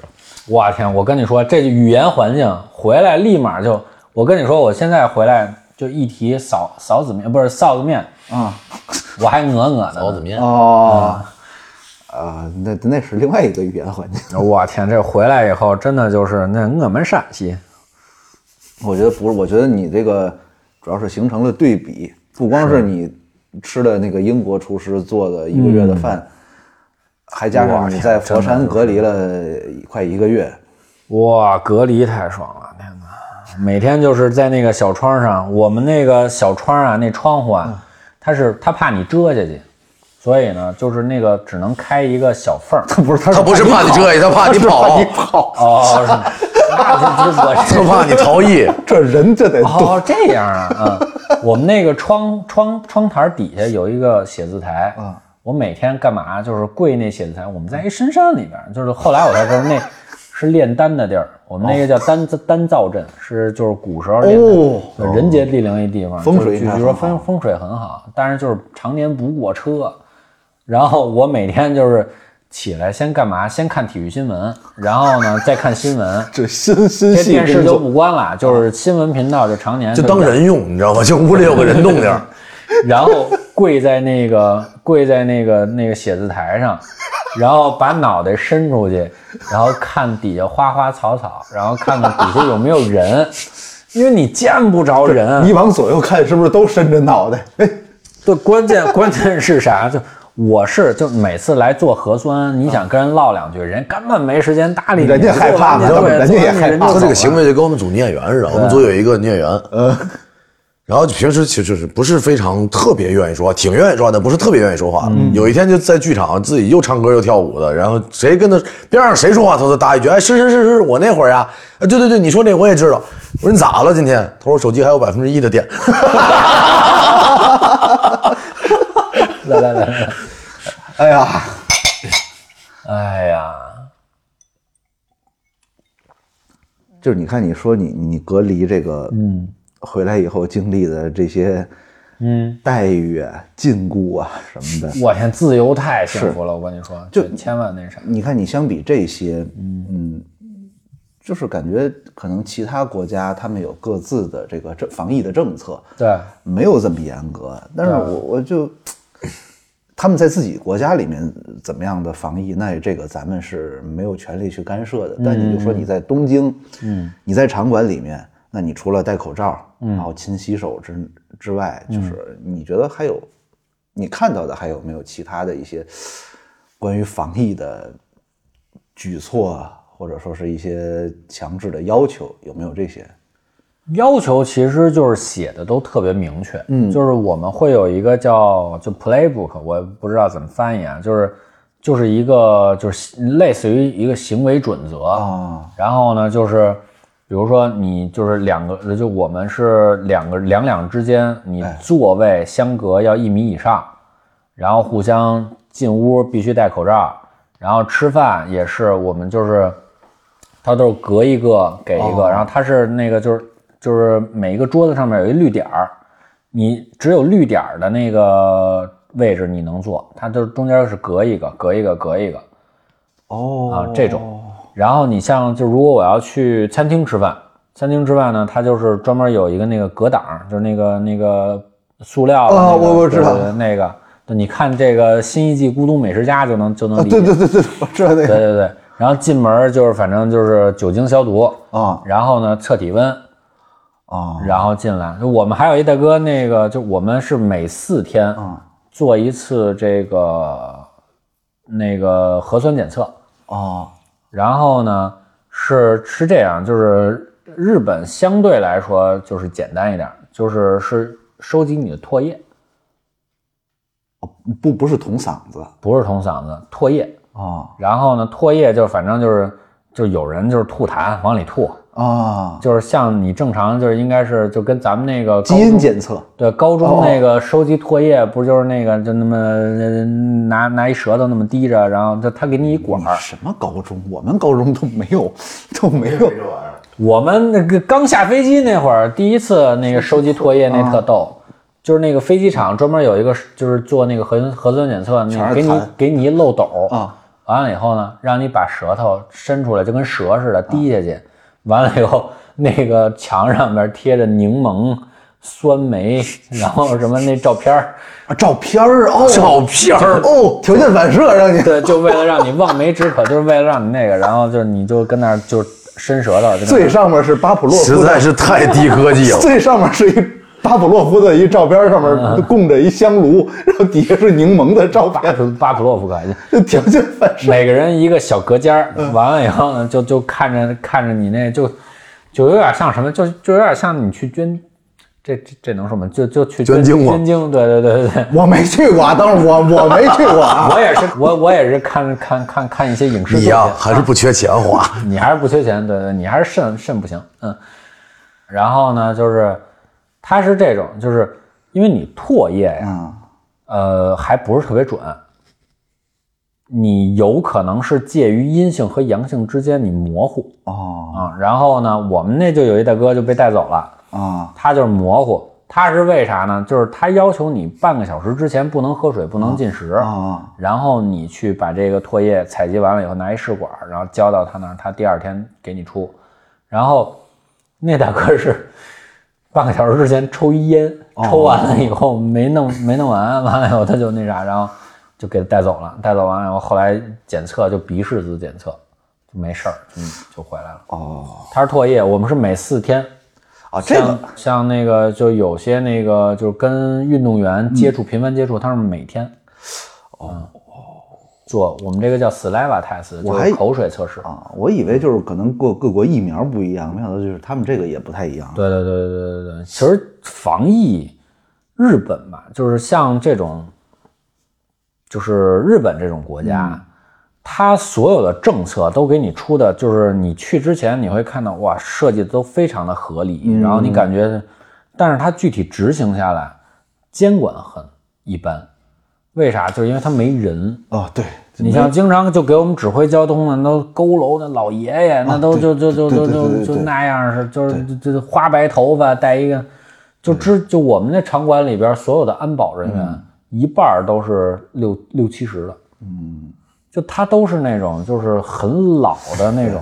我天！我跟你说，这语言环境回来立马就，我跟你说，我现在回来就一提臊臊子面，不是臊子面，啊我还讹讹的。老子面，哦啊，那那是另外一个语言环境。我天！这回来以后，真的就是那我们陕西，我觉得不是，我觉得你这个主要是形成了对比，不光是你吃的那个英国厨师做的一个月的饭，还加上你在佛山隔离了快一个月，哇，隔离太爽了！天哪，每天就是在那个小窗上，我们那个小窗啊，那窗户嗯啊，它是它怕你遮下去，所以呢，就是那个只能开一个小缝儿。不是他他不是怕你这，他怕 你跑，跑，哦，是 那就就我这他怕你逃逸。这人就得哦，这样啊，嗯，我们那个窗窗窗台底下有一个写字台，啊，我每天干嘛就是跪那写字台，我们在一深山里边儿，就是后来我才知道那是炼丹的地儿，我们那个叫丹丹造镇，是就是古时候炼丹哦对人杰地灵一地方，风水就是应该据说很。风风水很好，但是就是常年不过车，然后我每天就是起来先干嘛，先看体育新闻，然后呢再看新闻这啊心心这细电视工就作，不关了，就是新闻频道就常年就就当人用，你知道吗？就屋里有个人动静儿，然后跪在那个 跪在那个那个写字台上，然后把脑袋伸出去，然后看底下花花草草，然后看看底下有没有人， 因为你见不着人。你往左右看是不是都伸着脑袋？哎，对，关键 关键是啥？就我是就每次来做核酸，你想跟人唠两句，人根本没时间搭理你，人家害怕嘛对人家也对害怕就嘛他走这了嗯个行为就跟我们组女演员似的，我们组有一个女演员，然后就平时其实就是不是非常特别愿意说话，挺愿意说话的，不是特别愿意说话。嗯有一天就在剧场自己又唱歌又跳舞的，然后谁跟他边上谁说话，他都搭一句：“哎，是是是是，我那会儿呀，啊对对对，你说那我也知道。”我说你咋了今天？他说我手机还有百分之一的电。来来来来， 哎呀，哎呀，就是你看你说你你隔离这个，嗯，回来以后经历的这些嗯，待遇啊、禁锢啊什么的，我天，自由太幸福了，我跟你说，就这千万那啥。你看，你相比这些，嗯，就是感觉可能其他国家他们有各自的这个政防疫的政策，对，没有这么严格。但是对我我就他们在自己国家里面怎么样的防疫，那这个咱们是没有权利去干涉的。但你就说你在东京，嗯，你在场馆里面，那你除了戴口罩，然后勤洗手之之外，就是你觉得还有你看到的还有没有其他的一些关于防疫的举措啊？或者说是一些强制的要求，有没有这些？要求其实就是写的都特别明确，嗯，就是我们会有一个叫就 playbook，我不知道怎么翻译啊，就是就是一个就是类似于一个行为准则啊，然后呢就是比如说你就是两个，就我们是两个两两之间，你座位相隔要一米以上，然后互相进屋必须戴口罩，然后吃饭也是我们就是。它都是隔一个给一个，然后它是那个就是就是每一个桌子上面有一绿点儿，你只有绿点儿的那个位置你能坐，它就是中间是隔一个隔一个隔一个哦啊这种。然后你像就如果我要去餐厅吃饭，餐厅之外呢，它就是专门有一个那个隔挡，就是那个那个塑料的、啊那个我我知道对对对那个。对你看这个新一季《孤独美食家》就能就能理解，啊对对对对，我知道那对个对对，然后进门儿就是反正就是酒精消毒，啊然后呢测体温，啊然后进来。我们还有一大哥，那个就我们是每四天做一次这个那个核酸检测，啊然后呢是是这样，就是日本相对来说就是简单一点，就是是收集你的唾液，不不是捅嗓子不是捅嗓子，唾液。啊然后呢，唾液就反正就是就有人就是吐痰往里吐。啊，就是像你正常就是应该是就跟咱们那个基高因中检测对高中那个收集唾液，不就是那个就那么呃拿拿一舌头那么滴着，然后就他给你一管儿。什么高中？我们高中都没有 都没有我们那个刚下飞机那会儿，第一次那个收集唾液那特逗，就是那个飞机场专门有一个就是做那个核核酸检测，那个全是给你痰给你一漏斗啊，完了以后呢，让你把舌头伸出来，就跟蛇似的滴下去。完了以后，那个墙上面贴着柠檬、酸 梅，然后什么那照片儿，啊照片儿哦，照片儿哦，条件反射让你对，就为了 让你望梅止渴，就是为了让你那个，然后就是你就跟那儿就伸舌头，就跟那儿最上面是巴甫洛 实夫的。在是太低科技了最上面是一巴甫洛夫的一照片，上面供着一香炉，然后底下是柠檬的照巴 片，甫巴甫洛夫克，就条件反射。每个人一个小隔间儿，嗯完了以后呢，就就看着看着你那就就有点像什么，就就有点像你去捐，这这这能说吗？就就去捐精吗捐精，对对对对 对。我没去过，啊，当时我我没去过啊。我也是，我我也是看看看看一些影视作你品，呀、 还是不缺钱花， 你还是不缺钱，对对，你还是肾肾不行，嗯。然后呢，就是它是这种，就是因为你唾液呀、嗯呃，还不是特别准，你有可能是介于阴性和阳性之间，你模糊哦啊、然后呢，我们那就有一大哥就被带走了，啊他就是模糊。他是为啥呢？就是他要求你半个小时之前不能喝水，不能进食啊然后你去把这个唾液采集完了以后，拿一试管儿，然后交到他那儿，他第二天给你出。然后那大哥是半个小时之前抽一烟，抽完了以后没弄没弄完，完了以后他就那啥，然后就给他带走了。带走完了以后，后来检测就鼻拭子检测，就没事儿，就就回来了。哦他是唾液，我们是每四天。啊，这像个像那个就有些那个就是跟运动嗯员接触频繁接触，他是每天，哦，做我们这个叫 saliva test，就我还是口水测试。啊，我以为就是可能各各国疫苗不一样，没想到就是他们这个也不太一样。对对对对对对对，其实防疫日本吧，就是像这种，就是日本这种国家，它所有的政策都给你出的，就是你去之前你会看到哇，设计的都非常的合理，然后你感觉，但是它具体执行下来，监管很一般，为啥？就是因为它没人。哦，对，你像经常就给我们指挥交通的，那都佝偻的老爷爷，那都就就就啊对就对对就对就对嗯那样是，就是就就就花白头发，戴一个，就知就我们那场馆里边所有的安保人员，一半儿都是六六七十的，嗯，就他都是那种就是很老的那种，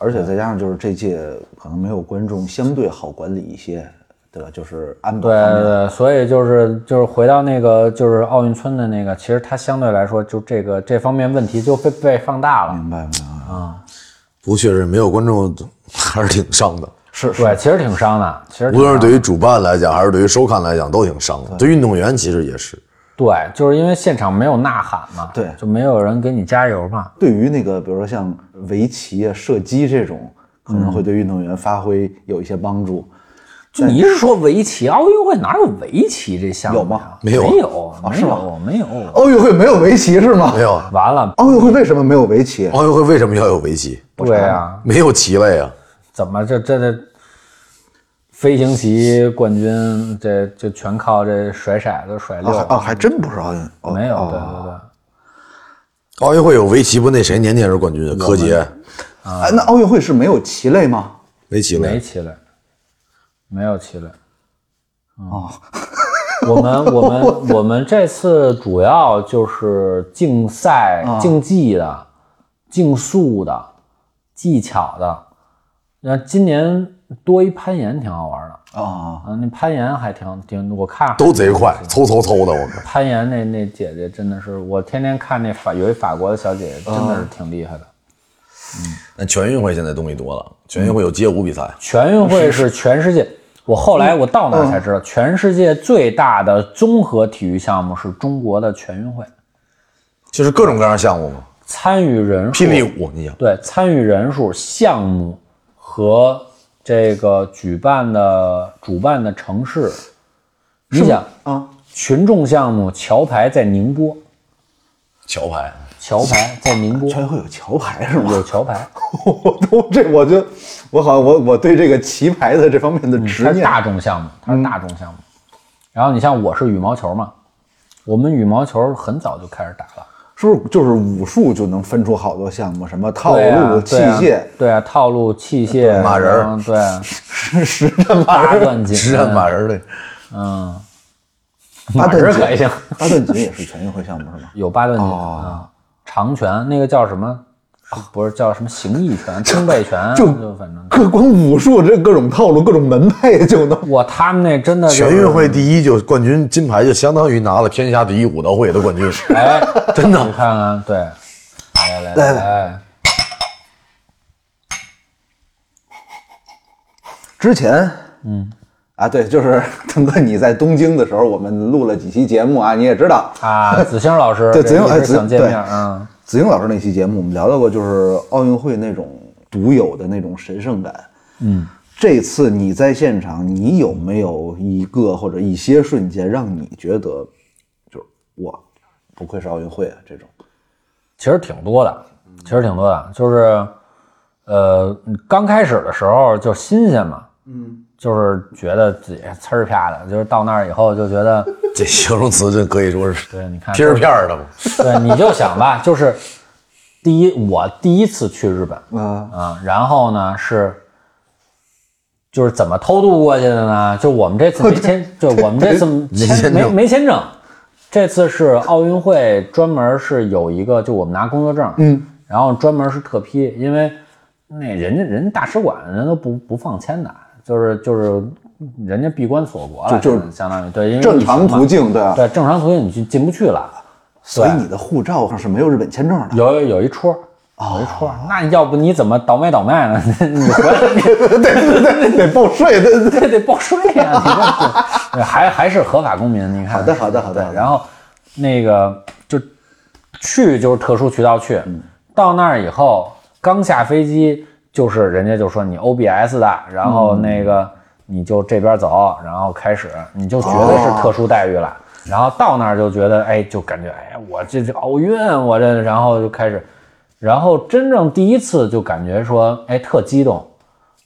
而且再加上就是这届可能没有观众，相对好管理一些，对吧？就是安保对方对面对，所以就是就是回到那个就是奥运村的那个，其实它相对来说就这个这方面问题就被被放大了，明白明白。 不确实没有观众还是挺伤的。是是对，其实挺伤的，其实挺无论是对于主办来讲，还是对于收看来讲，都挺伤的。对运动员其实也是，对，就是因为现场没有呐喊嘛，对就没有人给你加油嘛。对于那个，比如说像围棋啊、射击这种，可能嗯会对运动员发挥有一些帮助。就你是说围棋？奥运会哪有围棋这项目有吗呀？没有啊没有，没是吗有，没有。奥运会哦没有围棋是吗？没有啊完了，奥运会为什么没有围棋？哦奥运会为什么要有围棋？对啊，没有棋类啊，怎么这这这飞行棋冠军，这就全靠这甩骰子甩六哦，还哦还真不是奥运，哦没有，对哦对对。奥运会有围棋不？那谁年年是冠军啊？柯洁哎，那奥运会是没有棋类吗？没棋没类，棋类，没有棋类。哦，我们我们我们这次主要就是竞赛、竞技的、竞速的、技巧的。那今年多一攀岩挺好玩的啊，啊，那攀岩还挺挺，我看还都贼快，嗖嗖嗖的，我靠！攀岩那那姐姐真的是，我天天看那法有一法国的小姐姐，真的是挺厉害的。但全运会现在东西多了，全运会有街舞比赛，全运会是嗯全世界，我后来我到那儿才知道，全世界最大的综合体育项目是中国的全运会，就是各种各样的项目嘛。参与人数霹雳舞，你想对参与人数、项目和这个举办的主办的城市，你想啊，群众项目桥牌在宁波，桥牌，桥牌在宁波全运会有桥牌是吗？有桥牌， 我都这，我就我好像我我对这个棋牌的这方面的执它是嗯念，大众项目，它是大众项目。然后你像我是羽毛球嘛，我们羽毛球很早就开始打了，是不是就是武术就能分出好多项目？什么套对啊路、器对啊械、对啊，套路、器械、马人儿嗯对 啊，实战马八人、段锦，实战马人类，嗯，八马人段可以锦行，，八段锦也是全运会项目是 吗？有八段锦哦啊，长拳那个叫什么？不是叫什么形意拳、冲背拳，就就反正各光武术这各种套路、各种门派 就能哇，他们那真的 就全是运会第一就冠军金牌，就相当于拿了天下第一武道会的冠 军。 哎，真的，你看看，对，来来来来，之前，嗯，啊，对，就是 腾哥，你在东京的时候，我们录了几期节目啊，你也知道，啊，子星老师， 对子星一直哎子想见对面啊，子英老师那期节目，我们聊到过，就是奥运会那种独有的那种神圣感。嗯，这次你在现场，你有没有一个或者一些瞬间让你觉得，就是哇，不愧是奥运会啊这种？其实挺多的，其实挺多的，就是，呃，刚开始的时候就新鲜嘛，嗯，就是觉得自己呲儿啪的，就是到那儿以后就觉得，这形容词真可以说是对，你看，片儿片儿的嘛。对，你就想吧，就是第一，我第一次去日本，啊，啊，然后呢是，就是怎么偷渡过去的呢？就我们这次没签，就我们这次签没没签证，这次是奥运会专门是有一个，就我们拿工作证，嗯，然后专门是特批，因为那人家人家大使馆人都不不放签的，就是就是人家闭关锁国了，就就是相当于对，因为正疫情常途嘛，径对吧？啊对正常途径你就进不去了。所以你的护照上是没有日本签证 的。有有有一戳，有一哦戳，那要不你怎么倒卖倒卖呢？你回来你对，得报税，对 对对。这得报税呀、你这是还还是合法公民，你看。好的好的好的对然后那个就去就是特殊渠道去，嗯到那儿以后刚下飞机，就是人家就说你 OBS 的，然后嗯那个你就这边走，然后开始你就觉得是特殊待遇哦了。然后到那儿就觉得，哎，就感觉，哎呀，我这这奥运，我这，然后就开始，然后真正第一次就感觉说，哎，特激动，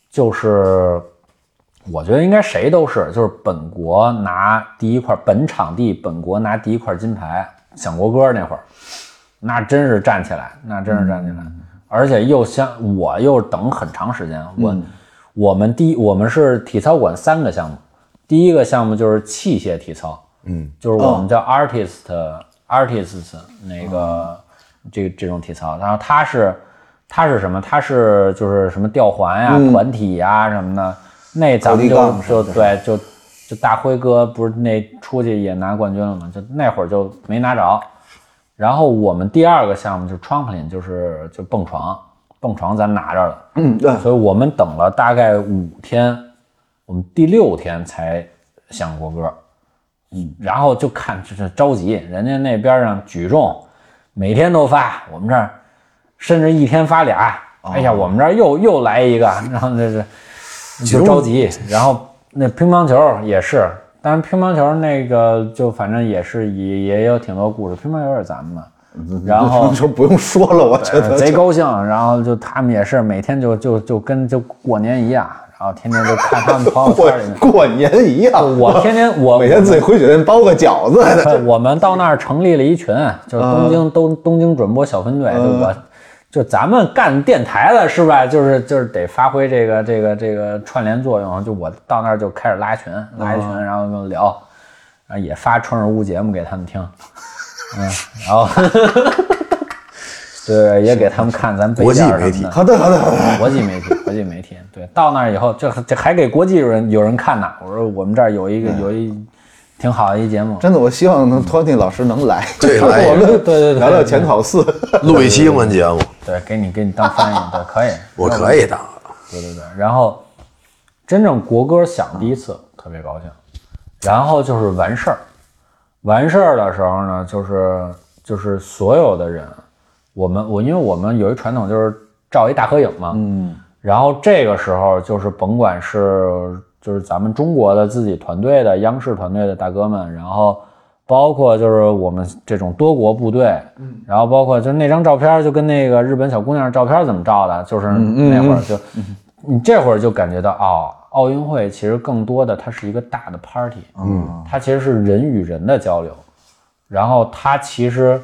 就是我觉得应该谁都是，就是本国拿第一块本场地本国拿第一块金牌，响国歌那会儿，那真是站起来，那真是站起来，嗯而且又像我又等很长时间，我、嗯我们第一我们是体操馆三个项目，第一个项目就是器械体操，嗯，就是我们叫 artist、artists 那个、哦这这种体操，然后它是它是什么？它是就是什么吊环呀、团体呀、什么的，那咱们嗯口令杠什就么就的对就就大辉哥不是那出去也拿冠军了吗？就那会儿就没拿着。然后我们第二个项目就是 trampoline，就是就蹦床，蹦床咱拿着了。嗯，对，所以我们等了大概五天，我们第六天才响国歌，嗯，然后就看就是着急，人家那边上举重每天都发，我们这儿甚至一天发俩，哎呀，我们这儿又又来一个， 然后这是就着急，然后那乒乓球也是。但是乒乓球那个就反正也是也也有挺多故事，乒乓球也是咱们嘛，然后就不用说了，我觉 得呃贼高兴，然后就他们也是每天就就就跟就过年一样，然后天天就看他们朋友过。圈里面过年一样，我天天 我呃每天自己回酒店包个饺子，我们到那儿成立了一群，啊就是东嗯京东东京转播小分队，就我就咱们干电台的是吧？就是就是得发挥这个这个这个串联作用。就我到那儿就开始拉群，拉一群，嗯然后就聊，啊然后也发春日屋节目给他们听，嗯，然后 对，也给他们看咱北国际边儿媒什么的好的好的好的，国际媒体，国际媒体。对，到那儿以后，这这还给国际人有人看呢。我说我们这儿有一个嗯有一挺好的一节目，真的，我希望能托尼老师能来，对来一个我们对对对 聊聊前考四，录一期英文节目，对，给你给你当翻译，对，可以，我可以当。对对对。然后真正国歌响第一次，特别高兴。然后就是完事儿，完事儿的时候呢，就是就是所有的人，我们我因为我们有一传统就是照一大合影嘛，嗯，然后这个时候就是甭管是就是咱们中国的自己团队的央视团队的大哥们，然后包括就是我们这种多国部队，嗯，然后包括就是那张照片就跟那个日本小姑娘照片怎么照的，就是那会儿就、你这会儿就感觉到哦，奥运会其实更多的它是一个大的 party，嗯，它其实是人与人的交流，然后它其实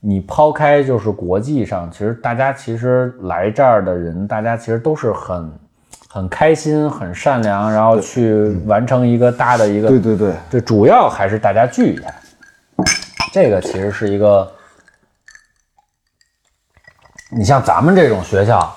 你抛开就是国际上，其实大家其实来这儿的人，大家其实都是很很开心、很善良，然后去完成一个大的一个 对对对，这主要还是大家聚一下。这个其实是一个，你像咱们这种学校，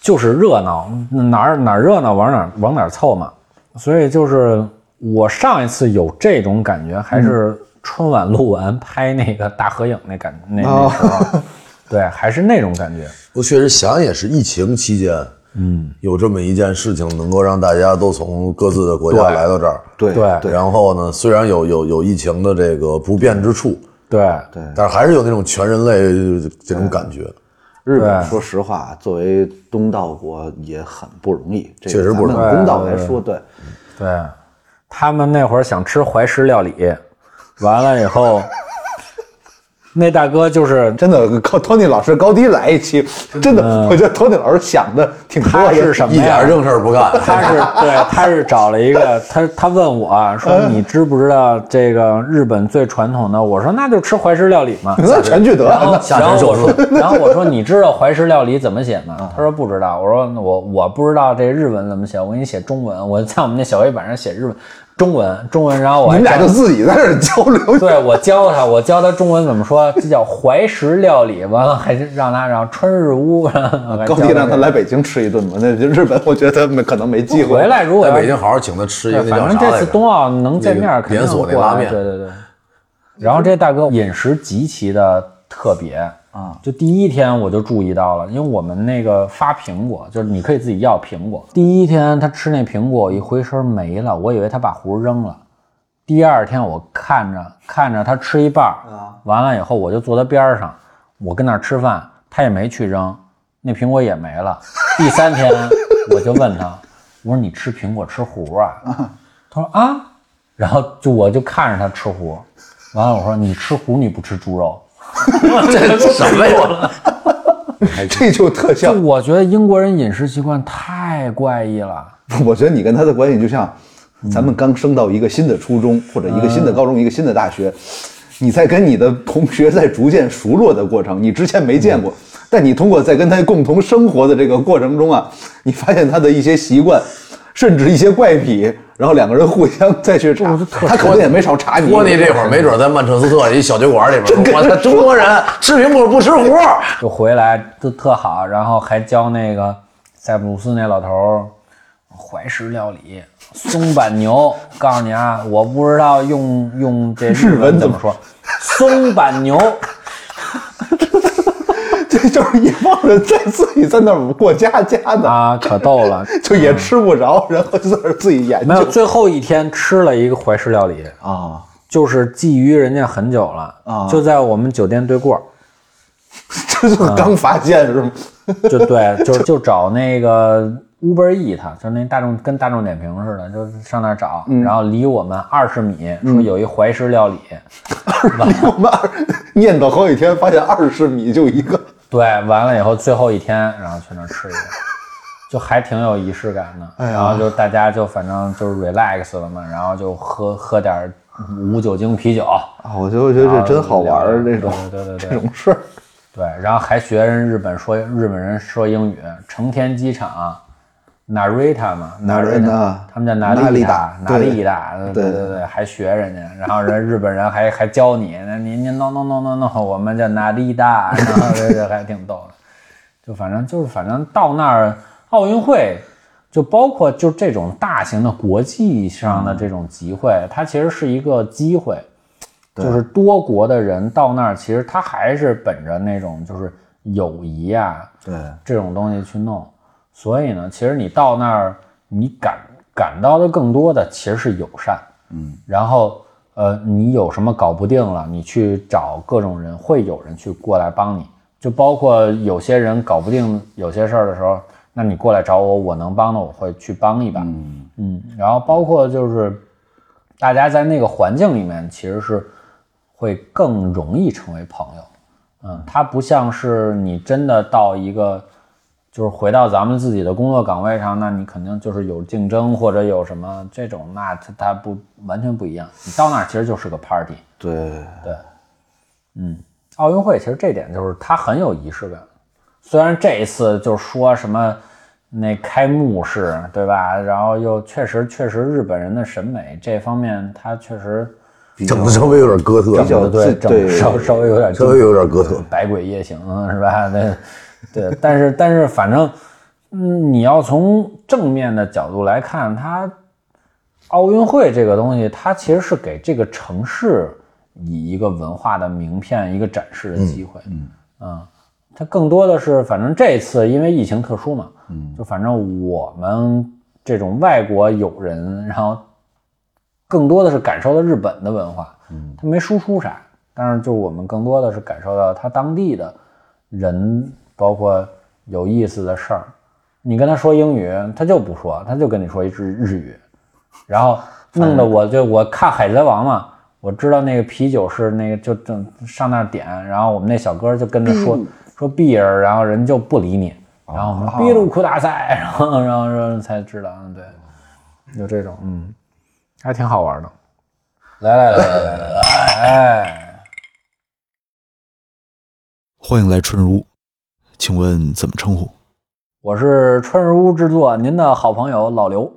就是热闹，哪儿哪儿热闹往哪儿往哪儿凑嘛。所以就是我上一次有这种感觉，还是春晚录完拍那个大合影那感那那时候，对，还是那种感觉。我确实想也是，疫情期间，嗯，有这么一件事情能够让大家都从各自的国家来到这儿，对对对然后呢，虽然有有有疫情的这个不便之处，对对但是还是有那种全人类这种感觉。日本对说实话，作为东道国也很不容易，这个确实不容易咱们公道来说，对，对，他们那会儿想吃怀石料理，完了以后，那大哥就是真的靠托尼老师高低来一期，真的，我觉得托尼老师想的挺多他的。是什么一呀点？正事儿不干，他是对，他是找了一个他他问我说嗯你知不知道这个日本最传统的？我说那就吃怀石料理 嘛。那全聚德，然后那下然沉后手嗯我说，然后我说你知道怀石料理怎么写吗？他说不知道。我说我我不知道这日文怎么写，我给你写中文。我在我们那小黑板上写日文中文中文，然后我你还们俩教就自己在这儿交 流。对我教他，我教他中文怎么说，这叫怀石料理。完了还是让他然后春日屋，高高低让他来北京吃一顿吧，那就日本我觉得没可能没机会。回来如果 在要北京好好请他吃一对个那反叫正啥这来次着？冬奥能见面那儿，个肯定连锁那过来拉面对对对。然后这大哥饮食极其的特别啊，就第一天我就注意到了，因为我们那个发苹果，就是你可以自己要苹果。第一天他吃那苹果，一回身没了，我以为他把核扔了。第二天我看着看着他吃一半儿，啊完了以后我就坐他边儿上，我跟那儿吃饭，他也没去扔，那苹果也没了。第三天我就问他，我说你吃苹果吃核啊？他说啊，然后就我就看着他吃核，完了我说你吃核你不吃猪肉， 这什么呀？这就特就像，我觉得英国人饮食习惯太怪异了。 我觉得你跟他的关系就像，咱嗯们刚升到一个新的初中或者一个新的高中、一个新的大学，你在跟你的同学在逐渐熟络的过程，你之前没见过，嗯但你通过在跟他共同生活的这个过程中啊，你发现他的一些习惯，甚至一些怪癖，然后两个人互相再去哦查，他口袋也没少查你。托尼这会 儿没准在曼彻斯特一小酒馆里 边，我操，中国人吃苹果不吃核儿，就回来都特好，然后还教那个塞浦路斯那老头儿怀石料理松板牛。告诉你啊，我不知道用用这日文怎么说，松板牛。这就是一帮人在自己在那儿过家家呢，啊，可逗了。就也啊吃不着，然后就在那儿自己研没有，究最后一天吃了一个怀石料理，啊。就是觊觎人家很久了啊就在我们酒店对过儿，这就是刚发现是吗？就对，就就找那个 Uber E 他，就那大众跟大众点评似的，就是上那儿找，嗯然后离我们二十米，说有一怀石料理， 我们二念叨好几天，发现二十米就一个。对，完了以后最后一天，然后去那儿吃一个，就还挺有仪式感的。哎然后就大家就反正就是 relax 了嘛，然后就喝喝点儿无酒精啤酒，啊，我觉得我觉得这真好玩啊儿，对这种对对对这对种事儿。对，然后还学人日本说日本人说英语，成田机场。 Narita 嘛纳瑞纳纳，他们叫纳利利达纳对利达，对对对，还学人家，然后人日本人还还教你，那你你 no no no no no，我们叫纳利达，然后这个还挺逗的，就反正就是反正到那儿奥运会，就包括就这种大型的国际上的这种集会，它其实是一个机会，就是多国的人到那儿，其实他还是本着那种就是友谊啊，对，这种东西去弄。所以呢，其实你到那儿，你感感到的更多的其实是友善，嗯，然后呃，你有什么搞不定了，你去找各种人，会有人去过来帮你，就包括有些人搞不定有些事儿的时候，那你过来找我，我能帮的我会去帮一把，嗯然后包括就是大家在那个环境里面，其实是会更容易成为朋友，嗯，它不像是你真的到一个，就是回到咱们自己的工作岗位上，那你肯定就是有竞争或者有什么这种，那它它不完全不一样。你到那儿其实就是个 party。对，对，嗯，奥运会其实这点就是它很有仪式感，虽然这一次就是说什么那开幕式对吧，然后又确实确实日本人的审美这方面，它确实整的稍微有点哥特，比较对自整对稍稍微有点稍微有点哥特。百鬼夜行啊是吧？对，对，但是但是反正，嗯，你要从正面的角度来看，它奥运会这个东西，它其实是给这个城市以一个文化的名片、一个展示的机会。嗯，它更多的是，反正这次因为疫情特殊嘛，嗯，就反正我们这种外国友人，然后更多的是感受到日本的文化，嗯，他没输出啥，但是就我们更多的是感受到他当地的人，包括有意思的事儿。你跟他说英语，他就不说，他就跟你说一句日语，然后弄得我就我看《海贼王》嘛，我知道那个啤酒是那个就正上那儿点，然后我们那小哥就跟着说说 b e 然后人就不理你，然后我们秘鲁库大赛，然后然后然后才知道，嗯，对，有这种，嗯，还挺好玩的。来来来来来来，哎， 欢迎来春如，请问怎么称呼？我是春日屋制作您的好朋友老刘。